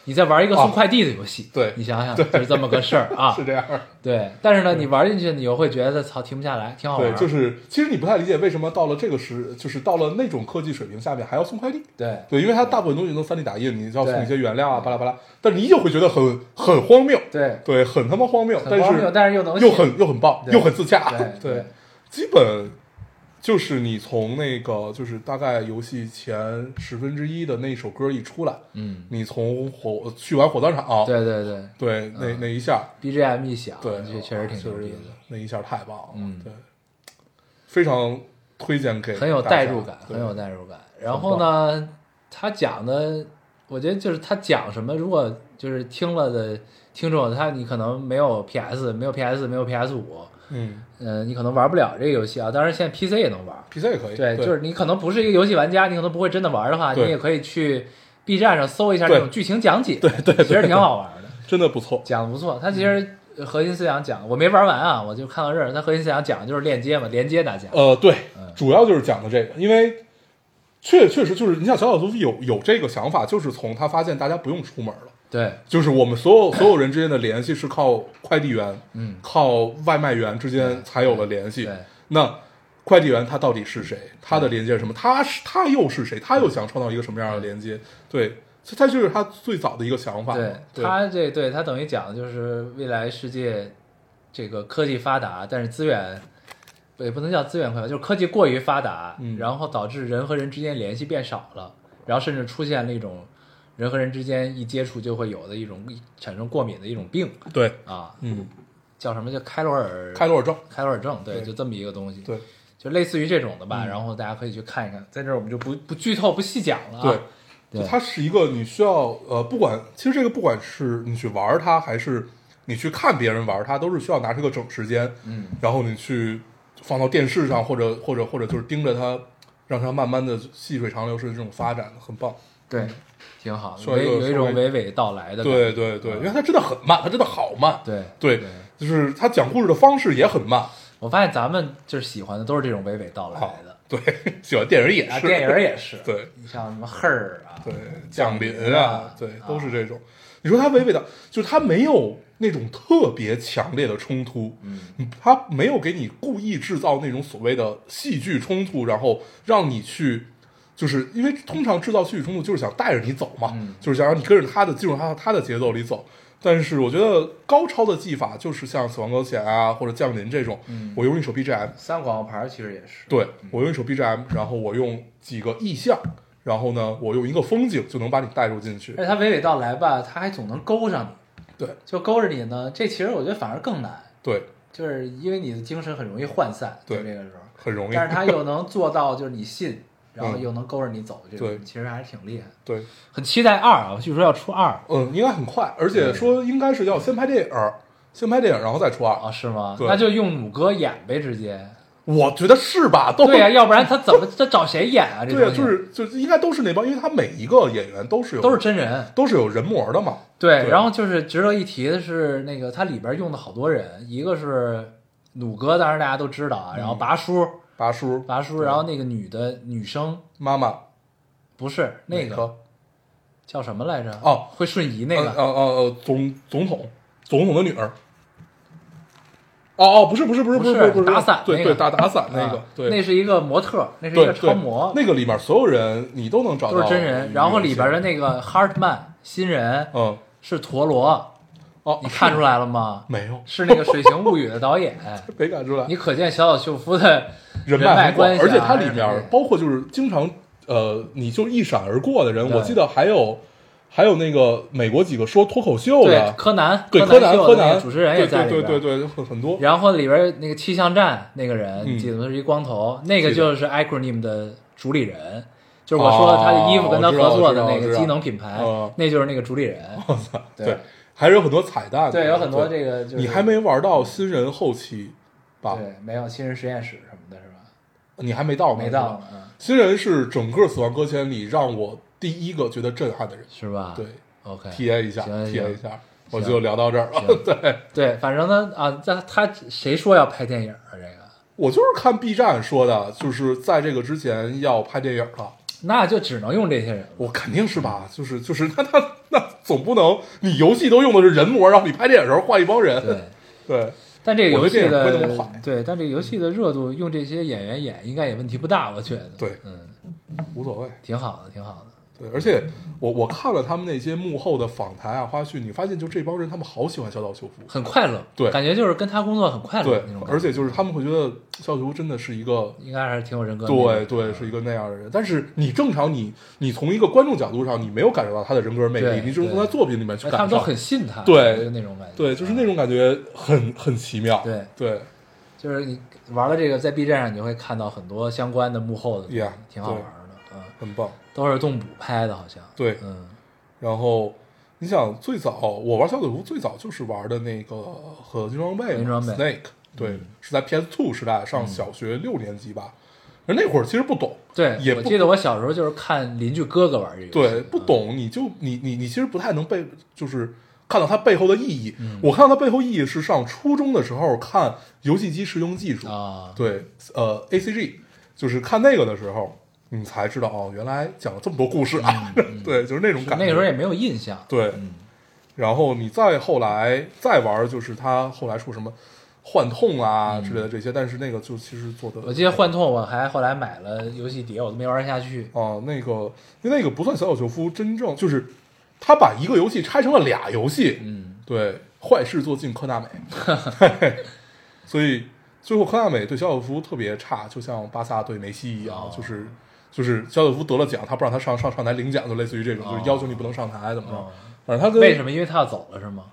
Speaker 3: 你在玩一个
Speaker 4: 啊
Speaker 3: 送快递的游戏，
Speaker 4: 对
Speaker 3: 你想想，就是这么个事 儿啊
Speaker 4: 是。这样。
Speaker 3: 对，但是呢，你玩进去，你又会觉得操，停不下来，挺好玩
Speaker 4: 对，
Speaker 3: 儿。
Speaker 4: 就是其实你不太理解为什么到了这个时，就是到了那种科技水平下面还要送快递。
Speaker 3: 对
Speaker 4: 对，因为它大部分东西都三 D 打印，你要送
Speaker 3: 对
Speaker 4: 一些原料啊，巴拉巴拉，但是你依旧会觉得很很荒谬，
Speaker 3: 对
Speaker 4: 对，很他妈荒谬，
Speaker 3: 很荒谬，
Speaker 4: 但
Speaker 3: 但是又能
Speaker 4: 又
Speaker 3: 写
Speaker 4: 很又很棒，
Speaker 3: 对
Speaker 4: 又很自洽，
Speaker 3: 对对
Speaker 4: 基本就是你从那个就是大概游戏前十分之一的那首歌一出来，
Speaker 3: 嗯，
Speaker 4: 你从火去完火葬场，
Speaker 3: 对对对
Speaker 4: 对那那一下，
Speaker 3: ，BGM 一响，
Speaker 4: 对，
Speaker 3: 这确实挺
Speaker 4: 就
Speaker 3: 牛
Speaker 4: 是
Speaker 3: 逼的，
Speaker 4: 那一下太棒了，
Speaker 3: 嗯
Speaker 4: 对，非常推荐给
Speaker 3: 很有
Speaker 4: 大家
Speaker 3: 代入感，
Speaker 4: 对
Speaker 3: 很有代入感。然后呢，他讲的，我觉得就是他讲什么，如果就是听了的听众，他你可能没有 PS，没有 PS，没有 PS 五，
Speaker 4: 嗯
Speaker 3: 嗯，你可能玩不了这个游戏啊。当然，现在 PC 也能玩，
Speaker 4: ，PC 也可以，
Speaker 3: 哎对，就是你可能不是一个游戏玩家，你可能不会真的玩的话，你
Speaker 4: 对
Speaker 3: 也可以去 B 站上搜一下
Speaker 4: 对
Speaker 3: 这种剧情讲解，对对其实挺好玩的，
Speaker 4: 真的不错，
Speaker 3: 讲的不错。它其实核心思想讲，我没玩完啊，我就看到这儿。它核心思想讲的就是链接嘛，连接大家，
Speaker 4: 呃，对，
Speaker 3: 嗯
Speaker 4: 主要就是讲的这个，因为确确实就是你想小小苏有有这个想法，就是从他发现大家不用出门了。
Speaker 3: 对
Speaker 4: 就是我们所有所有人之间的联系是靠快递员，
Speaker 3: 嗯，
Speaker 4: 靠外卖员之间才有了联系
Speaker 3: 对。
Speaker 4: 那快递员他到底是谁？他的连接是什么？他是他又是谁？他又想创造一个什么样的连接？对，所以他就是他最早的一个想法。
Speaker 3: 对，
Speaker 4: 对，
Speaker 3: 它这对它等于讲的就是未来世界这个科技发达，但是资源。也不能叫资源匮乏，就是科技过于发达，
Speaker 4: 嗯
Speaker 3: 然后导致人和人之间联系变少了，然后甚至出现了一种人和人之间一接触就会有的一种产生过敏的一种病
Speaker 4: 对，
Speaker 3: 啊，
Speaker 4: 嗯，
Speaker 3: 叫什么叫开罗尔
Speaker 4: 开罗尔症，
Speaker 3: 开罗尔症，对，
Speaker 4: 对
Speaker 3: 就这么一个东西，
Speaker 4: 对嗯
Speaker 3: 就类似于这种的吧，然后大家可以去看一看，在这儿我们就不不剧透不细讲了啊，对
Speaker 4: 对，就它是一个你需要呃，不管其实这个不管是你去玩儿它，还是你去看别人玩儿它，都是需要拿出个整时间，
Speaker 3: 嗯，
Speaker 4: 然后你去放到电视上，或者 或者或者就是盯着它，让它慢慢的细水长流式的这种发展，很棒。
Speaker 3: 对，嗯挺好的，
Speaker 4: 说一
Speaker 3: 有
Speaker 4: 个
Speaker 3: 有一种
Speaker 4: 说
Speaker 3: 娓娓道来的感
Speaker 4: 对
Speaker 3: 觉，
Speaker 4: 对对，因为
Speaker 3: 嗯
Speaker 4: 它真的很慢，它真的好慢。
Speaker 3: 对
Speaker 4: 对，就是它讲故事的方式也很慢。
Speaker 3: 我发现咱们就是喜欢的都是这种娓娓道
Speaker 4: 好
Speaker 3: 来的，，
Speaker 4: 对， 喜欢电影也
Speaker 3: 啊，
Speaker 4: 是，
Speaker 3: 电影儿也是，
Speaker 4: 对，
Speaker 3: 你像什么 Her 啊，
Speaker 4: 对，降临
Speaker 3: 临啊
Speaker 4: 啊，对，都是这种。你说他娓娓道，就是他没有那种特别强烈的冲突，嗯，他没有给你故意制造那种所谓的戏剧冲突，然后让你去，就是因为通常制造戏剧冲突就是想带着你走嘛，就是想让你跟着他的进入他他的节奏里走。但是我觉得高超的技法就是像《死亡搁浅》啊或者《降临》这种，我用一首 BGM，
Speaker 3: 三广告牌儿其实也是，
Speaker 4: 对我用一首 BGM，然后我用几个意象，然后呢，我用一个风景就能把你带入进去。
Speaker 3: 而且他娓娓道来吧，他还总能勾上你，
Speaker 4: 对
Speaker 3: 就勾着你呢，这其实我觉得反而更难，
Speaker 4: 对，
Speaker 3: 就是因为你的精神很容易涣散，
Speaker 4: 对
Speaker 3: 就这个时候，
Speaker 4: 很容易。
Speaker 3: 但是他又能做到就是你信，然后
Speaker 4: 嗯
Speaker 3: 又能勾着你走，这
Speaker 4: 对
Speaker 3: 种其实还是挺厉害的，
Speaker 4: 对，
Speaker 3: 很期待二啊，据说要出二
Speaker 4: 嗯，应该很快，而且说应该是要先拍电影儿，先拍电影儿，然后再出二。
Speaker 3: 啊，是吗？
Speaker 4: 对
Speaker 3: 那就用弩哥演呗，直 接，
Speaker 4: 我觉得是吧？都
Speaker 3: 对呀，要不然他怎么他找谁演啊？这
Speaker 4: 对呀、
Speaker 3: 东西
Speaker 4: 就是就是应该都是那帮，因为他每一个演员都是有
Speaker 3: 都是真人。
Speaker 4: 都是有人模的嘛。
Speaker 3: 对，
Speaker 4: 对
Speaker 3: 然后就是值得一提的是，那个它里边用的好多人，一个是弩哥，当然大家都知道啊，
Speaker 4: 嗯
Speaker 3: 然后拔叔，
Speaker 4: 八叔
Speaker 3: 拔叔，然后那个女的女生
Speaker 4: 妈妈
Speaker 3: 不是那
Speaker 4: 哪
Speaker 3: 个叫什么来着？
Speaker 4: 哦
Speaker 3: 会瞬移那
Speaker 4: 呃
Speaker 3: 个
Speaker 4: 呃呃总总统总统的女儿。哦哦，不是不是不是
Speaker 3: 不
Speaker 4: 是
Speaker 3: 是
Speaker 4: 不不是
Speaker 3: 打伞那个
Speaker 4: 对对打打伞那
Speaker 3: 啊
Speaker 4: 个对
Speaker 3: 那是一个模特，那是一
Speaker 4: 对
Speaker 3: 个
Speaker 4: 对，
Speaker 3: 超模，
Speaker 4: 那个里面所有人你都能找到
Speaker 3: 都是真人。然后里边的那个 Hartman 新人
Speaker 4: 嗯
Speaker 3: 是陀螺，
Speaker 4: 哦，
Speaker 3: 你看出来了吗？
Speaker 4: 没有？
Speaker 3: 是那个《水形物语》的导演，
Speaker 4: 没看出来，
Speaker 3: 你可见小岛秀夫的
Speaker 4: 人
Speaker 3: 脉
Speaker 4: 很广
Speaker 3: 关，系啊，
Speaker 4: 而且它里
Speaker 3: 还是
Speaker 4: 面包括就是经常呃，你就一闪而过的人，
Speaker 3: 对
Speaker 4: 我记得还有还有那个美国几个说脱口秀
Speaker 3: 对
Speaker 4: 的，
Speaker 3: 柯南，
Speaker 4: 对
Speaker 3: 柯
Speaker 4: 柯南
Speaker 3: 秀
Speaker 4: 柯
Speaker 3: 的那个
Speaker 4: 南
Speaker 3: 主持人也在里
Speaker 4: 对
Speaker 3: 边。
Speaker 4: 对对对，很很多
Speaker 3: 然后里边那个气象站那个人，
Speaker 4: 嗯
Speaker 3: 记得吗是一光头，那个
Speaker 4: 记得
Speaker 3: 就是 Acronym 的主理人，就是我说
Speaker 4: 哦
Speaker 3: 他的衣服跟他
Speaker 4: 我知道
Speaker 3: 合作的
Speaker 4: 我知道
Speaker 3: 那
Speaker 4: 我
Speaker 3: 个
Speaker 4: 知道
Speaker 3: 机能品牌
Speaker 4: 嗯，
Speaker 3: 那就是那个主理 人。对
Speaker 4: 对，还是有很多彩蛋的，
Speaker 3: 对，有很多这个就是
Speaker 4: 你还没啊玩到新人后期吧？
Speaker 3: 对没有新人实验室什么的是吧？
Speaker 4: 你还没到呢
Speaker 3: 没
Speaker 4: 是
Speaker 3: 到
Speaker 4: 吧？
Speaker 3: 呢，
Speaker 4: 新人是整个《死亡搁浅》里让我第一个觉得震撼的人，
Speaker 3: 是吧？
Speaker 4: 对。
Speaker 3: ，OK，
Speaker 4: 体验一下，
Speaker 3: 啊哎行
Speaker 4: 体验一
Speaker 3: 行
Speaker 4: 下，我就聊到这儿了。 对
Speaker 3: 对，反正呢啊，他他谁说要拍电影啊？这个
Speaker 4: 我就是看 B 站说的，就是在这个之前要拍电影了，
Speaker 3: 那就只能用这些人了。
Speaker 4: 我肯定是吧？就是就是，那那那总不能你游戏都用的是人模，然后你拍电影的时候换一帮人，
Speaker 3: 对。
Speaker 4: 对
Speaker 3: 但这个游戏
Speaker 4: 我觉得
Speaker 3: 的
Speaker 4: 这也不会那么坏
Speaker 3: 对，但这个游戏的热度用这些演员演应该也问题不大，我觉得。
Speaker 4: 对
Speaker 3: 嗯，
Speaker 4: 无所谓。
Speaker 3: 挺好的，挺好的。
Speaker 4: 对，而且我我看了他们那些幕后的访谈啊、花絮，你发现就这帮人他们好喜欢小岛秀夫，
Speaker 3: 很快乐，
Speaker 4: 对
Speaker 3: 感觉就是跟他工作很快乐
Speaker 4: 对
Speaker 3: 那种，感觉，
Speaker 4: 而且就是他们会觉得小岛秀夫真的是一个
Speaker 3: 应该还是挺有人格魅力
Speaker 4: 对
Speaker 3: 的，嗯
Speaker 4: 对，是一个那样的人。但是你正常你，你从一个观众角度上，你没有感受到他的人格魅
Speaker 3: 对
Speaker 4: 力，你只能从他
Speaker 3: 对
Speaker 4: 作品里面去
Speaker 3: 哎
Speaker 4: 感受。
Speaker 3: 他们都很信他，
Speaker 4: 对
Speaker 3: 就是那种感觉，
Speaker 4: 对，就是那种感觉很很奇妙。
Speaker 3: 对
Speaker 4: 对，
Speaker 3: 就是你玩了这个，在 B 站上你会看到很多相关的幕后的东西
Speaker 4: Yeah，
Speaker 3: 挺好玩的，嗯，
Speaker 4: 很棒。
Speaker 3: 都是动捕拍的，好像，
Speaker 4: 对
Speaker 3: 嗯，
Speaker 4: 然后你想，最早我玩小赌徒最早就是玩的那个合金装备
Speaker 3: 合金
Speaker 4: 嘛
Speaker 3: 装备嗯
Speaker 4: ，Snake，对，是在 PS Two 时代上小学六年级吧。而那会儿其实不懂，
Speaker 3: 对，
Speaker 4: 也
Speaker 3: 我
Speaker 4: 不
Speaker 3: 记得我小时候就是看邻居哥哥玩这个，
Speaker 4: 对，不，
Speaker 3: 嗯
Speaker 4: 懂你就你你你其实不太能被就是看到它背后的意义。
Speaker 3: 嗯
Speaker 4: 我看到它背后意义是上初中的时候看游戏机实用技术
Speaker 3: 啊
Speaker 4: 对，呃，ACG 就是看那个的时候，你才知道哦，原来讲了这么多故事啊。 对，就是那种感
Speaker 3: 嗯
Speaker 4: 觉。
Speaker 3: 那个时候也嗯没有印象，
Speaker 4: 对，然后你再后来再玩，就是他后来说什么幻痛啊之类的这些，但是那个就其实做的
Speaker 3: 嗯我记得幻痛，我还后来买了游戏碟，我都没玩下去，
Speaker 4: 哦，那个那个不算小小球夫，真正就是他把一个游戏拆成了俩游戏。
Speaker 3: 嗯，
Speaker 4: 对，坏事做尽 科纳美，所以最后科纳美对小小夫特别差，就像巴萨对梅西一样，
Speaker 3: 哦
Speaker 4: 就是就是小小夫得了奖，他不让他上上上台领奖，就类似于这种，
Speaker 3: 哦
Speaker 4: 就是要求你不能上台怎么着。
Speaker 3: 哦
Speaker 4: 反正他跟
Speaker 3: 为什么？因为他要走了是吗？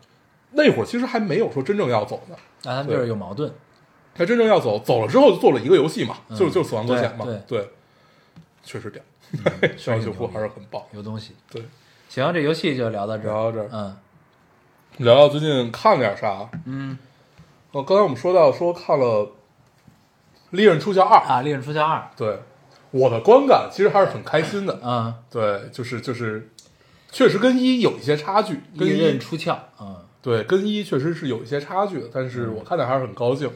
Speaker 4: 那会儿其实还没有说真正要走呢，
Speaker 3: 那他们就是有矛盾，
Speaker 4: 他真正要走，走了之后就做了一个游戏嘛，
Speaker 3: 嗯
Speaker 4: 就就是死亡搁浅嘛，
Speaker 3: 对
Speaker 4: 对，确实屌，小
Speaker 3: 确
Speaker 4: 小
Speaker 3: 实
Speaker 4: 球夫
Speaker 3: 牛逼
Speaker 4: 还是很棒。
Speaker 3: 有东西。
Speaker 4: 对，
Speaker 3: 行，这游戏就聊到这儿，
Speaker 4: 聊到这儿
Speaker 3: 嗯
Speaker 4: 聊聊最近看了点啥？
Speaker 3: 嗯
Speaker 4: 呃，刚才我们说到说看了《利刃出鞘二》，
Speaker 3: 啊，《利刃出鞘二》
Speaker 4: 对我的观感其实还是很开心的。
Speaker 3: 啊，
Speaker 4: 对，就是就是，确实跟一有一些差距，
Speaker 3: 《
Speaker 4: 跟
Speaker 3: 利刃
Speaker 4: 一
Speaker 3: 出鞘》啊，
Speaker 4: 对跟一确实是有一些差距的，但是
Speaker 3: 嗯
Speaker 4: 我看的还是很高兴。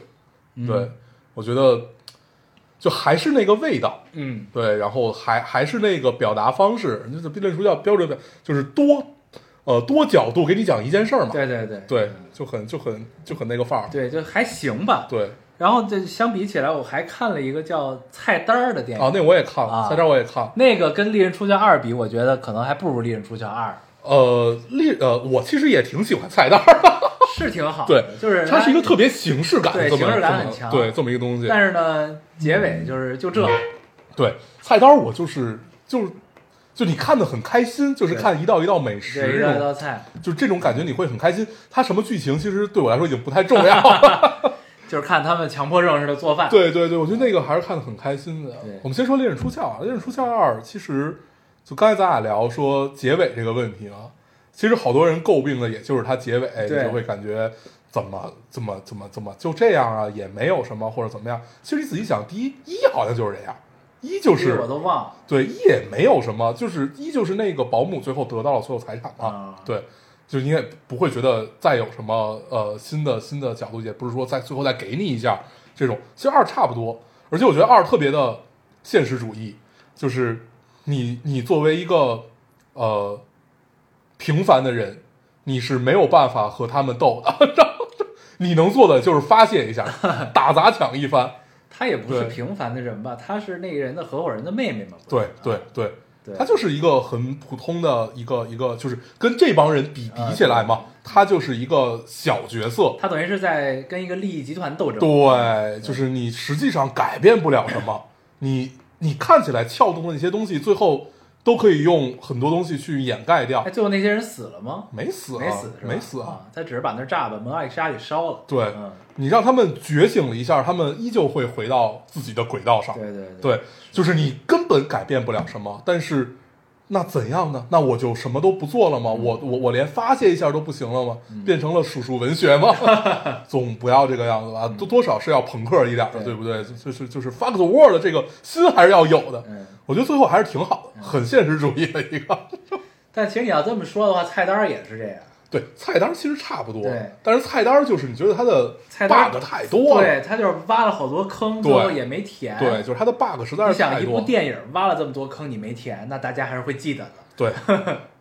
Speaker 4: 对，我觉得就还是那个味道，
Speaker 3: 嗯
Speaker 4: 对，然后还还是那个表达方式，就是辩论出叫标准表，就是多呃多角度给你讲一件事儿嘛。
Speaker 3: 嗯对对对
Speaker 4: 对，就很就很就很那个范儿。
Speaker 3: 对，就还行吧。
Speaker 4: 对，
Speaker 3: 然后这相比起来，我还看了一个叫《菜单儿》的电
Speaker 4: 啊，
Speaker 3: 影，
Speaker 4: 那我也看了，
Speaker 3: 啊
Speaker 4: 在这儿我也看了。
Speaker 3: 那个跟《利刃出鞘二》比，我觉得可能还不如《利刃出鞘二
Speaker 4: 呃，利呃，我其实也挺喜欢菜单儿 的，》，
Speaker 3: 是挺好的，
Speaker 4: 对，
Speaker 3: 就是
Speaker 4: 它是一个特别形式感的
Speaker 3: 对
Speaker 4: 这么
Speaker 3: 形式感
Speaker 4: 这么
Speaker 3: 很强
Speaker 4: 对这么一个东西。
Speaker 3: 但是呢，结尾就是就
Speaker 4: 嗯
Speaker 3: 这，
Speaker 4: 对菜单儿，我就是就是就你看的很开心，就是
Speaker 3: 对
Speaker 4: 看一道一道美食
Speaker 3: 这一
Speaker 4: 这
Speaker 3: 道
Speaker 4: 种
Speaker 3: 一道菜，
Speaker 4: 就是这种感觉你会很开心。它什么剧情其实对我来说已经不太重要了。
Speaker 3: 就是看他们强迫症似的做饭。
Speaker 4: 对对对，我觉得那个还是看得很开心的
Speaker 3: 对。
Speaker 4: 我们先说《猎人出鞘》啊，《猎人出鞘二》其实就刚才咱俩聊说结尾这个问题啊，其实好多人诟病的也就是它结尾，你
Speaker 3: 对
Speaker 4: 就会感觉怎么怎么怎么怎么就这样啊，也没有什么或者怎么样。其实你仔细想，第一一好像就是这样，一就
Speaker 3: 这
Speaker 4: 是
Speaker 3: 个我都忘了。
Speaker 4: 对，也没有什么，就是一就是那个保姆最后得到了所有财产嘛，
Speaker 3: 啊
Speaker 4: 对，就你也不会觉得再有什么呃新的新的角度，也不是说再最后再给你一下这种，其实二差不多，而且我觉得二特别的现实主义，就是你你作为一个呃平凡的人，你是没有办法和他们斗的， 然后你能做的就是发泄一下，打砸抢一番，
Speaker 3: 他也不是
Speaker 4: 对
Speaker 3: 平凡的人吧？他是那个人的合伙人的妹妹嘛？不
Speaker 4: 对
Speaker 3: 是
Speaker 4: 对对，
Speaker 3: 对
Speaker 4: 他就是一个很普通的一个一个，就是跟这帮人比比起来嘛，他就是一个小角色。
Speaker 3: 他等于是在跟一个利益集团斗争。
Speaker 4: 对，就是你实际上改变不了什么，你你看起来撬动的那些东西，最后都可以用很多东西去掩盖掉
Speaker 3: 哎，。最后那些人死了吗？
Speaker 4: 没死啊，
Speaker 3: 没死是吧？
Speaker 4: 没死啊！
Speaker 3: 啊！他只是把那栅栏门外沙给烧了。
Speaker 4: 对
Speaker 3: 嗯，
Speaker 4: 你让他们觉醒了一下，他们依旧会回到自己的轨道上。
Speaker 3: 对对对
Speaker 4: 对，就是你根本改变不了什么，但是那怎样呢？那我就什么都不做了吗？
Speaker 3: 嗯
Speaker 4: 我我我连发泄一下都不行了吗？变成了数数文 学吗？总不要这个样子吧，多多少是要朋克一点的，
Speaker 3: 嗯对
Speaker 4: 对不对？就就是就是 fuck the world 的这个心还是要有的。
Speaker 3: 嗯
Speaker 4: 我觉得最后还是挺好的，很现实主义的一个。
Speaker 3: 但其实你要这么说的话，菜单儿也是这样。
Speaker 4: 对，菜单其实差不多
Speaker 3: 对，
Speaker 4: 但是菜单就是你觉得它的
Speaker 3: 菜单儿
Speaker 4: bug 太多了
Speaker 3: 对，，他就是挖了好多坑，
Speaker 4: 对
Speaker 3: 最后也没填。
Speaker 4: 对，，就是它的 bug 实在
Speaker 3: 你
Speaker 4: 是太
Speaker 3: 想
Speaker 4: 多。
Speaker 3: 一部电影挖了这么多坑，你没填，那大家还是会记得的。
Speaker 4: 对，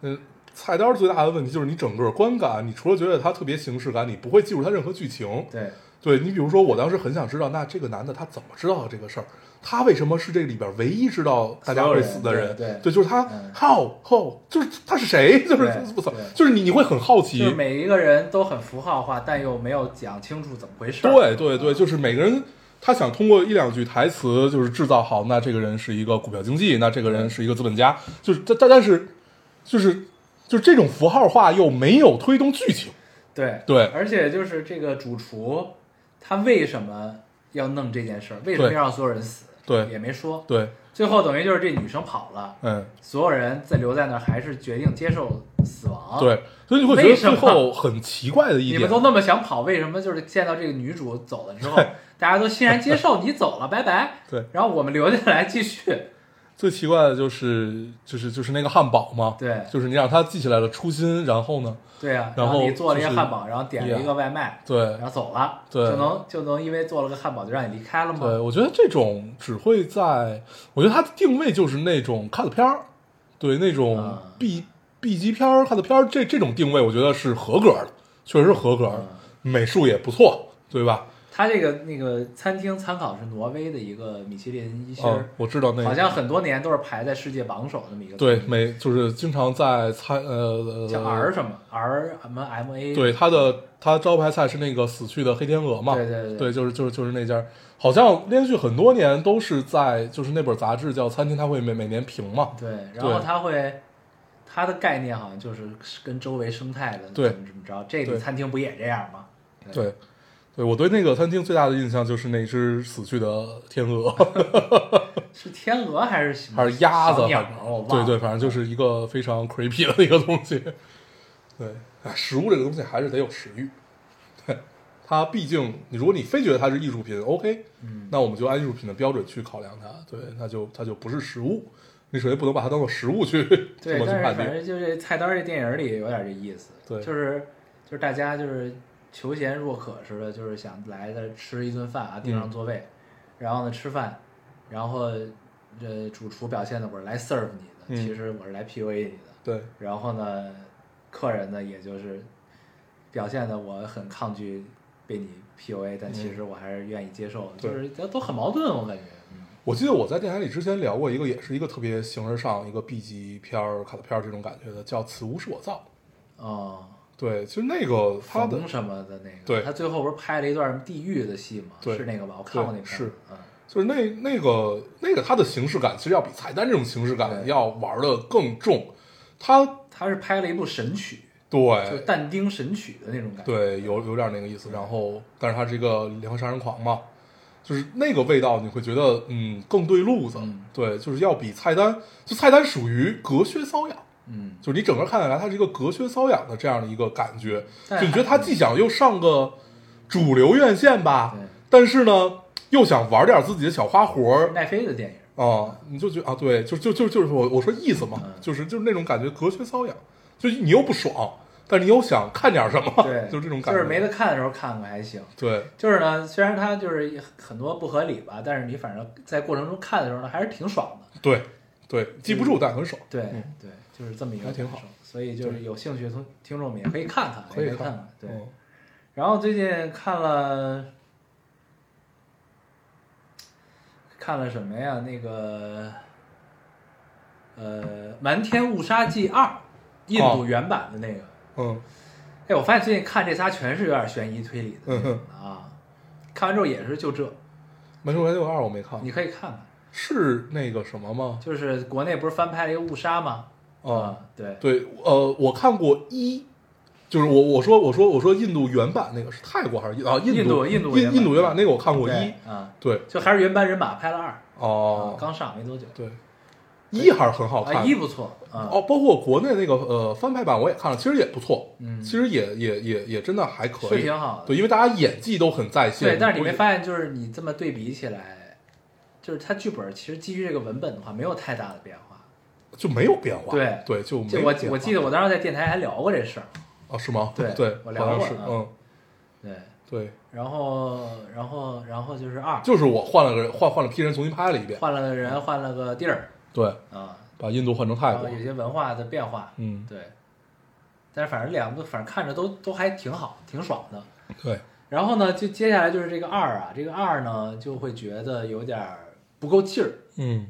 Speaker 4: 嗯，菜单最大的问题就是你整个观感，你除了觉得它特别形式感，你不会记住它任何剧情。
Speaker 3: 对，
Speaker 4: 对你比如说，我当时很想知道，那这个男的他怎么知道的这个事儿？他为什么是这里边唯一知道大家会死的
Speaker 3: 所
Speaker 4: 人？
Speaker 3: 有人对对
Speaker 4: 就是他
Speaker 3: 嗯
Speaker 4: ，how how，就是他是谁？ 就是
Speaker 3: 对
Speaker 4: 不操
Speaker 3: 对，
Speaker 4: 就是你你会很好
Speaker 3: 就是
Speaker 4: 奇。
Speaker 3: 每一个人都很符号化，但又没有讲清楚怎么回事儿。
Speaker 4: 对对对，就是每个人他想通过一两句台词，就是制造好，那这个人是一个股票经济，那这个人是一个资本家，就是但但但是就是就是这种符号化又没有推动剧情。
Speaker 3: 对
Speaker 4: 对
Speaker 3: 而且就是这个主厨，他为什么要弄这件事儿？为什么
Speaker 4: 对
Speaker 3: 要让所有人死？
Speaker 4: 对
Speaker 3: 也没说。
Speaker 4: 对，
Speaker 3: 最后等于就是这女生跑了，
Speaker 4: 嗯，
Speaker 3: 所有人在留在那儿，还是决定接受死亡。，
Speaker 4: 对，所以你会觉得
Speaker 3: 啊为什
Speaker 4: 最
Speaker 3: 么
Speaker 4: 后很奇怪的一
Speaker 3: 你
Speaker 4: 点，
Speaker 3: 们都那么想跑，为什么就是见到这个女主走了之后，大家都欣然接受你走了，拜拜。
Speaker 4: 对
Speaker 3: 然后我们留下来继续。
Speaker 4: 最奇怪的就是就是就是那个汉堡嘛，
Speaker 3: 对
Speaker 4: 就是你让他记起来了初心，然后呢，
Speaker 3: 对啊，
Speaker 4: 然后
Speaker 3: 你做了一个
Speaker 4: 就是
Speaker 3: 汉堡，然后点了一个外卖，
Speaker 4: 对
Speaker 3: 然后走了，
Speaker 4: 对
Speaker 3: 就能就能因为做了个汉堡就让你离开了吗？
Speaker 4: 对，我觉得这种只会在，我觉得它的定位就是那种看的片儿，对那种
Speaker 3: 啊
Speaker 4: B、B 级片儿看的片儿，这这种定位我觉得是合格的，确实是合格
Speaker 3: 啊
Speaker 4: 的，美术也不错，对吧？
Speaker 3: 他这个那个餐厅参考是挪威的一个米其林一星
Speaker 4: 嗯
Speaker 3: 儿，，
Speaker 4: 我知道那个
Speaker 3: 好像很多年都是排在世界榜首那么一个。
Speaker 4: 对，每就是经常在餐呃
Speaker 3: 叫 R 什么 R 什么 M A。
Speaker 4: 对，它的它招牌菜是那个死去的黑天鹅嘛，
Speaker 3: 对对对
Speaker 4: 就是就是就是那家儿，好像连续很多年都是在就是那本杂志叫《餐厅》，它会每每年评嘛，
Speaker 3: 对，然后
Speaker 4: 对
Speaker 3: 他会，他的概念好像就是跟周围生态的
Speaker 4: 对
Speaker 3: 怎么怎么着，这个
Speaker 4: 对
Speaker 3: 餐厅不也这样吗？
Speaker 4: 对，对我对那个餐厅最大的印象就是那只死去的天鹅
Speaker 3: 哦是天鹅还是什么
Speaker 4: 还是鸭子，
Speaker 3: 小
Speaker 4: 反
Speaker 3: 鸟
Speaker 4: 正
Speaker 3: 儿？我忘
Speaker 4: 对
Speaker 3: 了。
Speaker 4: 对，反正就是一个非常 creepy 的一个东西。对，哎，食物这个东西还是得有食欲。对，它毕竟，你如果你非觉得它是艺术品，OK，嗯，那我们就按艺术品的标准去考量它。对，那就它就不是食物，你首先不能把它当做食物去这
Speaker 3: 对，
Speaker 4: 么去
Speaker 3: 但是反
Speaker 4: 判定。
Speaker 3: 正就这菜单儿这电影儿里有点这意思，
Speaker 4: 对
Speaker 3: 就是就是大家就是求贤若渴似的，就是想来这儿吃一顿饭啊，
Speaker 4: 嗯
Speaker 3: 订上座位，然后呢吃饭，然后这主厨表现的我是来 serve 你的，
Speaker 4: 嗯
Speaker 3: 其实我是来 PUA 你的，
Speaker 4: 对
Speaker 3: 然后呢，客人呢也就是表现的我很抗拒被你 PUA，但其实我还是愿意接受的，
Speaker 4: 嗯对
Speaker 3: 就是都都很矛盾，我感觉，嗯，
Speaker 4: 我记得我在电台里之前聊过一个，也是一个特别形而上一个 B 级片儿、卡通片儿这种感觉的，叫《此屋是我造》。
Speaker 3: 哦。
Speaker 4: 对，其实那个它的
Speaker 3: 冯什么的那个，
Speaker 4: 对
Speaker 3: 他最后不是拍了一段什么地狱的戏吗？
Speaker 4: 对
Speaker 3: 是那个吧？我看过那
Speaker 4: 对
Speaker 3: 片儿，
Speaker 4: 是
Speaker 3: 嗯，
Speaker 4: 就是那那个那个它的形式感，其实要比菜单这种形式感
Speaker 3: 对
Speaker 4: 要玩的更重。它
Speaker 3: 他是拍了一部神曲，就是
Speaker 4: 对
Speaker 3: 但丁神曲的那种感觉。
Speaker 4: 哎对有有点那个意思，然后但是它是一个连环杀人狂嘛，就是那个味道你会觉得嗯更对路子，
Speaker 3: 嗯
Speaker 4: 对，就是要比菜单，就菜单属于隔靴搔痒，
Speaker 3: 嗯，
Speaker 4: 就是你整个看下来它是一个隔靴搔痒的这样的一个感觉，就
Speaker 3: 但嗯
Speaker 4: 你觉得它既想又上个主流院线吧
Speaker 3: 对，
Speaker 4: 但是呢又想玩点自己的小花活儿，
Speaker 3: 奈飞的电影，
Speaker 4: 啊，你就觉得啊，对，就就就就是我我说意思嘛，
Speaker 3: 嗯
Speaker 4: 就是就是那种感觉隔靴搔痒，就你又不爽，但是你又想看点什么，
Speaker 3: 对，
Speaker 4: 哦就是这种感
Speaker 3: 就
Speaker 4: 觉，
Speaker 3: 是没得看的时候看看还行。
Speaker 4: 对
Speaker 3: 就是呢，虽然它就是很多不合理吧，但是你反正在过程中看的时候呢，还是挺爽的。
Speaker 4: 对对，记不住但很爽，
Speaker 3: 对、
Speaker 4: 嗯
Speaker 3: 对，就是这么一个
Speaker 4: 还挺
Speaker 3: 感受
Speaker 4: 好。
Speaker 3: 所以就是
Speaker 4: 对
Speaker 3: 有兴趣的同听众们也可以看看，
Speaker 4: 可以
Speaker 3: 也看
Speaker 4: 看
Speaker 3: 看。对，
Speaker 4: 嗯
Speaker 3: 然后最近看了看了什么呀？那个呃，《瞒天误杀记二》印
Speaker 4: 哦
Speaker 3: 度原版的那个。
Speaker 4: 嗯
Speaker 3: 哎，我发现最近看这仨全是有点悬疑推理的那种
Speaker 4: 嗯哼，
Speaker 3: 的啊。看完之后也是就这，
Speaker 4: 《门兽环六二》我没看，
Speaker 3: 你可以看看，
Speaker 4: 是那个什么吗？
Speaker 3: 就是国内不是翻拍了一个误杀吗？
Speaker 4: 啊、
Speaker 3: 啊，对，
Speaker 4: 对，呃，我看过一。就是我我说我说我说印度原版那个是泰国还是印啊印度
Speaker 3: 印
Speaker 4: 印
Speaker 3: 度印度原
Speaker 4: 印
Speaker 3: 版
Speaker 4: 度原版那个我看过一
Speaker 3: 对啊，
Speaker 4: 对
Speaker 3: 就还是原班人马拍了二，啊
Speaker 4: 哦
Speaker 3: 刚上没多久，
Speaker 4: 对一还是很好看
Speaker 3: 啊，
Speaker 4: 的
Speaker 3: 一不错啊，
Speaker 4: 哦，包括国内那个呃翻拍版我也看了，其实也不错，
Speaker 3: 嗯
Speaker 4: 其实也也也也真的还可
Speaker 3: 是
Speaker 4: 以
Speaker 3: 挺，好的。
Speaker 4: 对，因为大家演技都很在线，
Speaker 3: 对，但是你没
Speaker 4: 不
Speaker 3: 发现，就是你这么对比起来，就是它剧本其实基于这个文本的话，没有太大的变化。
Speaker 4: 就没有变化，
Speaker 3: 对
Speaker 4: 对，就没
Speaker 3: 就
Speaker 4: 有
Speaker 3: 我
Speaker 4: 变化
Speaker 3: 我记得我当时在电台还聊过这事儿，
Speaker 4: 哦是吗？
Speaker 3: 对
Speaker 4: 对，
Speaker 3: 我聊
Speaker 4: 好像
Speaker 3: 过
Speaker 4: 是
Speaker 3: 啊
Speaker 4: 嗯
Speaker 3: 对，
Speaker 4: 对，
Speaker 3: 然后然后然后就是二，
Speaker 4: 就是我换了个人换换了批人重新拍了一 遍，
Speaker 3: 换了个人，换了个地儿
Speaker 4: 对，
Speaker 3: 啊，
Speaker 4: 把印度换成泰
Speaker 3: 然后
Speaker 4: 国，
Speaker 3: 有些文化的变化，
Speaker 4: 嗯
Speaker 3: 对，但是反正两个反正看着都都还挺好，挺爽的。
Speaker 4: 对，
Speaker 3: 然后呢，就接下来就是这个二啊，这个二呢就会觉得有点儿不够劲儿，
Speaker 4: 嗯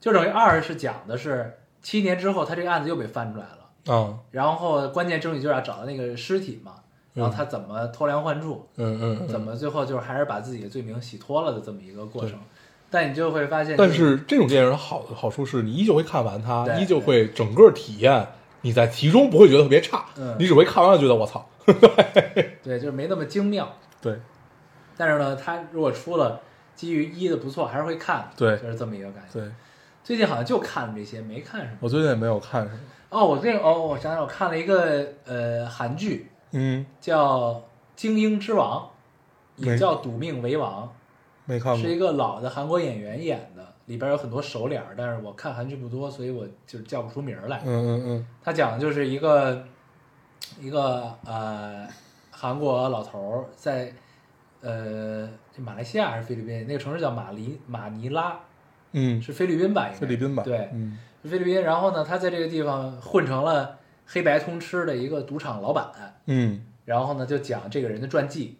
Speaker 3: 就等于二是讲的是七年之后，他这个案子又被翻出来了，
Speaker 4: 啊，
Speaker 3: 然后关键证据就是要找到那个尸体嘛，然后他怎么偷梁换柱，
Speaker 4: 嗯嗯
Speaker 3: 怎
Speaker 4: 嗯。
Speaker 3: 么最后就是还是把自己的罪名洗脱了的这么一个过程。但你就会发现，
Speaker 4: 但是这种电影的好好处是你依旧会看完它，
Speaker 3: 对
Speaker 4: 依旧会整个体验，你在其中不会觉得特别差，
Speaker 3: 嗯
Speaker 4: 你只会看完了觉得我操，
Speaker 3: 对，就是没那么精妙。
Speaker 4: 对
Speaker 3: 但是呢，他如果出了基于一的不错，还是会看的。
Speaker 4: 对
Speaker 3: 就是这么一个感觉。
Speaker 4: 对，
Speaker 3: 最近好像就看了这些，没看什么。
Speaker 4: 我最近也没有看什么，
Speaker 3: 哦，我最近哦，我想想，我看了一个呃韩剧
Speaker 4: 嗯，
Speaker 3: 叫《精英之王》，也
Speaker 4: 没
Speaker 3: 叫《赌命为王
Speaker 4: 没看》，
Speaker 3: 是
Speaker 4: 过，
Speaker 3: 一个老的韩国演员演的，里边有很多熟脸儿，但是我看韩剧不多，所以我就叫不出名儿来
Speaker 4: 嗯。嗯嗯
Speaker 3: 他讲的就是一个一个呃韩国老头儿在呃这马来西亚还是菲律宾那个城市叫马尼马尼拉，
Speaker 4: 嗯，
Speaker 3: 是菲律宾吧？应该
Speaker 4: 菲律宾吧，
Speaker 3: 对，
Speaker 4: 嗯
Speaker 3: 是菲律宾。然后呢，他在这个地方混成了黑白通吃的一个赌场老板，
Speaker 4: 嗯
Speaker 3: 然后呢就讲这个人的传记，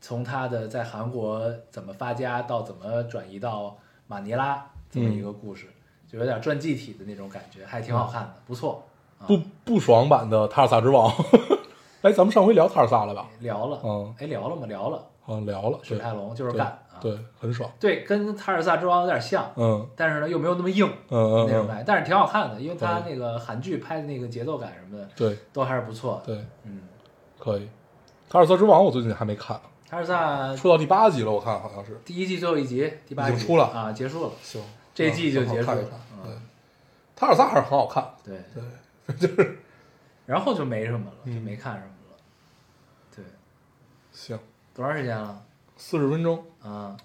Speaker 3: 从他的在韩国怎么发家到怎么转移到马尼拉这么一个故事，就有点传记体的那种感觉，还挺好看
Speaker 4: 嗯
Speaker 3: 的，不错。啊
Speaker 4: 不不爽版的《塔尔萨之王》， 哎，咱们上回聊塔尔萨了吧？
Speaker 3: 聊了，
Speaker 4: 嗯
Speaker 3: 哎，聊了吗？聊了，
Speaker 4: 好像聊了，
Speaker 3: 史
Speaker 4: 对
Speaker 3: 泰龙就是
Speaker 4: 对
Speaker 3: 干啊，
Speaker 4: 对，很爽，
Speaker 3: 对，跟《塔尔萨之王》有点像，
Speaker 4: 嗯
Speaker 3: 但是呢又没有那么硬
Speaker 4: 嗯嗯
Speaker 3: 那种
Speaker 4: 嗯，
Speaker 3: 感觉，但是挺好看的，因为他那个韩剧拍的那个节奏感什么的
Speaker 4: 对
Speaker 3: 都还是不错的。
Speaker 4: 对，
Speaker 3: 嗯，
Speaker 4: 可以。塔尔萨之王我最近还没看，
Speaker 3: 《塔尔萨》
Speaker 4: 出到第八集了，我看好像是。
Speaker 3: 第一季最后一集，第八
Speaker 4: 已
Speaker 3: 集
Speaker 4: 经出了
Speaker 3: 啊，结束了。
Speaker 4: 行，
Speaker 3: 这季就结束了
Speaker 4: 看一看。
Speaker 3: 嗯
Speaker 4: 对，塔尔萨还是很好看。
Speaker 3: 对，
Speaker 4: 对，
Speaker 3: 然后就没什么了，就
Speaker 4: 嗯
Speaker 3: 没看什么了。对，
Speaker 4: 行，
Speaker 3: 多长时间了？
Speaker 4: 四十分钟
Speaker 3: 啊，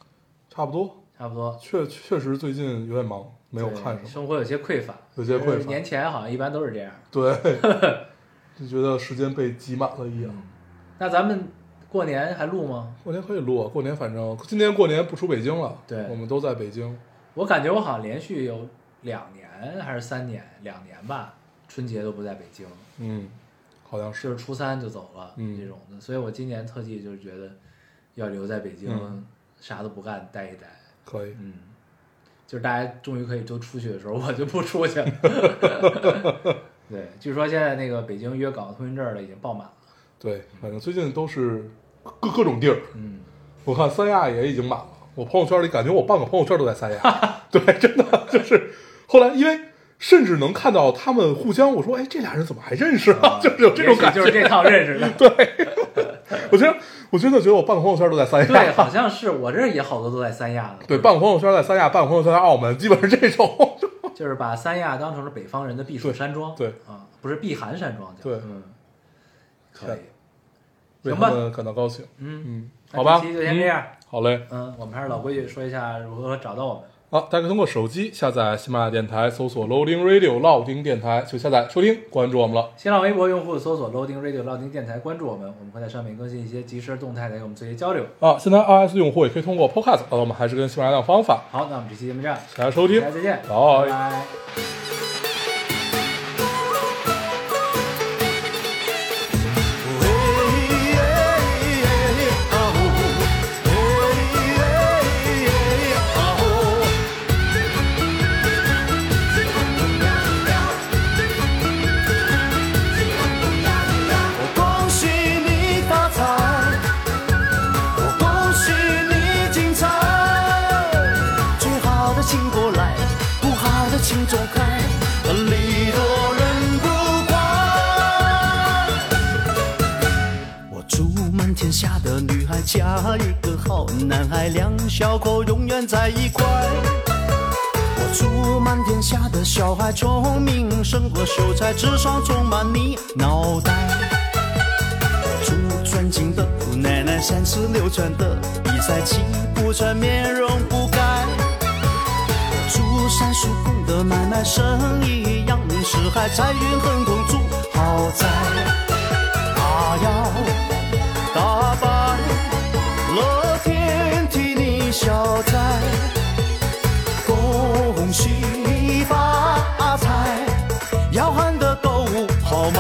Speaker 4: 差不多。
Speaker 3: 差不多。
Speaker 4: 确确实最近有点忙，没有
Speaker 3: 对
Speaker 4: 看什么。
Speaker 3: 生活有些匮乏，
Speaker 4: 有些匮乏
Speaker 3: 就是呃年前好像一般都是这样。
Speaker 4: 对， 就觉得时间被挤满了一样。
Speaker 3: 嗯那咱们过年还录吗？
Speaker 4: 过年可以录啊，过年反正今年过年不出北京了，
Speaker 3: 对
Speaker 4: 我们都在北京。
Speaker 3: 我感觉我好像连续有两年还是三年，两年吧，春节都不在北京，
Speaker 4: 嗯，好像是。
Speaker 3: 就是初三就走了、
Speaker 4: 嗯
Speaker 3: 这种的。所以我今年特地就是觉得要留在北京，
Speaker 4: 嗯
Speaker 3: 啥都不干，待一待。
Speaker 4: 可以，
Speaker 3: 嗯，就是大家终于可以都出去的时候，我就不出去了。 对，据说现在那个北京粤港通行证儿的已经爆满了。
Speaker 4: 对，反正最近都是各各种地儿。
Speaker 3: 嗯，
Speaker 4: 我看三亚也已经满了，我朋友圈里感觉我半个朋友圈都在 三亚。对，真的就是后来因为甚至能看到他们互相，我说哎，这俩人怎么还认识啊？ 就是有这种感觉。
Speaker 3: 也许就是这套认识的。对
Speaker 4: 我觉得我真的觉得我半个朋友圈都在三
Speaker 3: 对，
Speaker 4: 亚。
Speaker 3: 好像是我这儿也好多都在三亚的。
Speaker 4: 对，半个朋友圈在三亚，半个朋友圈在澳门，基本是这种。
Speaker 3: 就是把三亚当成了北方人的避暑
Speaker 4: 对
Speaker 3: 山庄。
Speaker 4: 对
Speaker 3: 啊，不是避寒山庄叫。
Speaker 4: 对
Speaker 3: 嗯，可以。
Speaker 4: 为
Speaker 3: 行
Speaker 4: 他
Speaker 3: 吧
Speaker 4: 们感到高兴。
Speaker 3: 嗯，
Speaker 4: 嗯，
Speaker 3: 那
Speaker 4: 好吧，
Speaker 3: 这期就先这样
Speaker 4: 嗯好嘞。
Speaker 3: 嗯，我们还是老规矩，说一下如何找到我们。
Speaker 4: 好，大家可以通过手机下载喜马拉雅电台，搜索 Loading Radio 老丁电台就下载收听，关注我们了。
Speaker 3: 新浪微博用户搜索 Loading Radio 老丁电台，关注我们，我们会在上面更新一些即时动态，来跟我们做一些交流。
Speaker 4: 啊，现在 iOS 用户也可以通过 Podcast 找到我们，还是跟喜马拉雅一样方法。
Speaker 3: 好，那我们这期节目这样，
Speaker 4: 大家收听，
Speaker 3: 大家再见，
Speaker 4: 拜
Speaker 3: 拜拜。
Speaker 5: 我恭喜你发财，我恭喜你精彩。最好的请过来，不好的请走开，礼多人不怪。我祝满天下的女孩嫁一个好男孩，两小口永远在一块。我祝满天下的小孩聪明胜过秀才，智商充满你脑袋。我祝尊敬的姑奶奶三十六转的比赛气不喘，面容不改。我祝三叔公的买卖生意扬名四海，财运亨通，住豪宅。啊大摇大摆，乐天替你消灾。恭喜发财，要喊得够豪迈。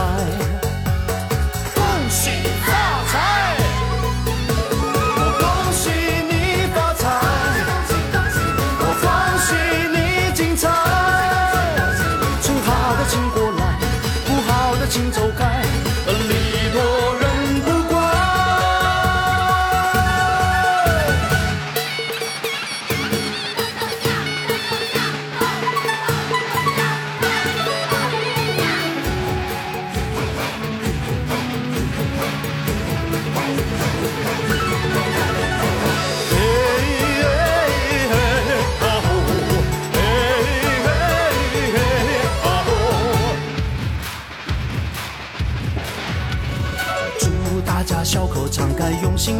Speaker 5: 心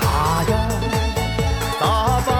Speaker 5: 啊呀，打败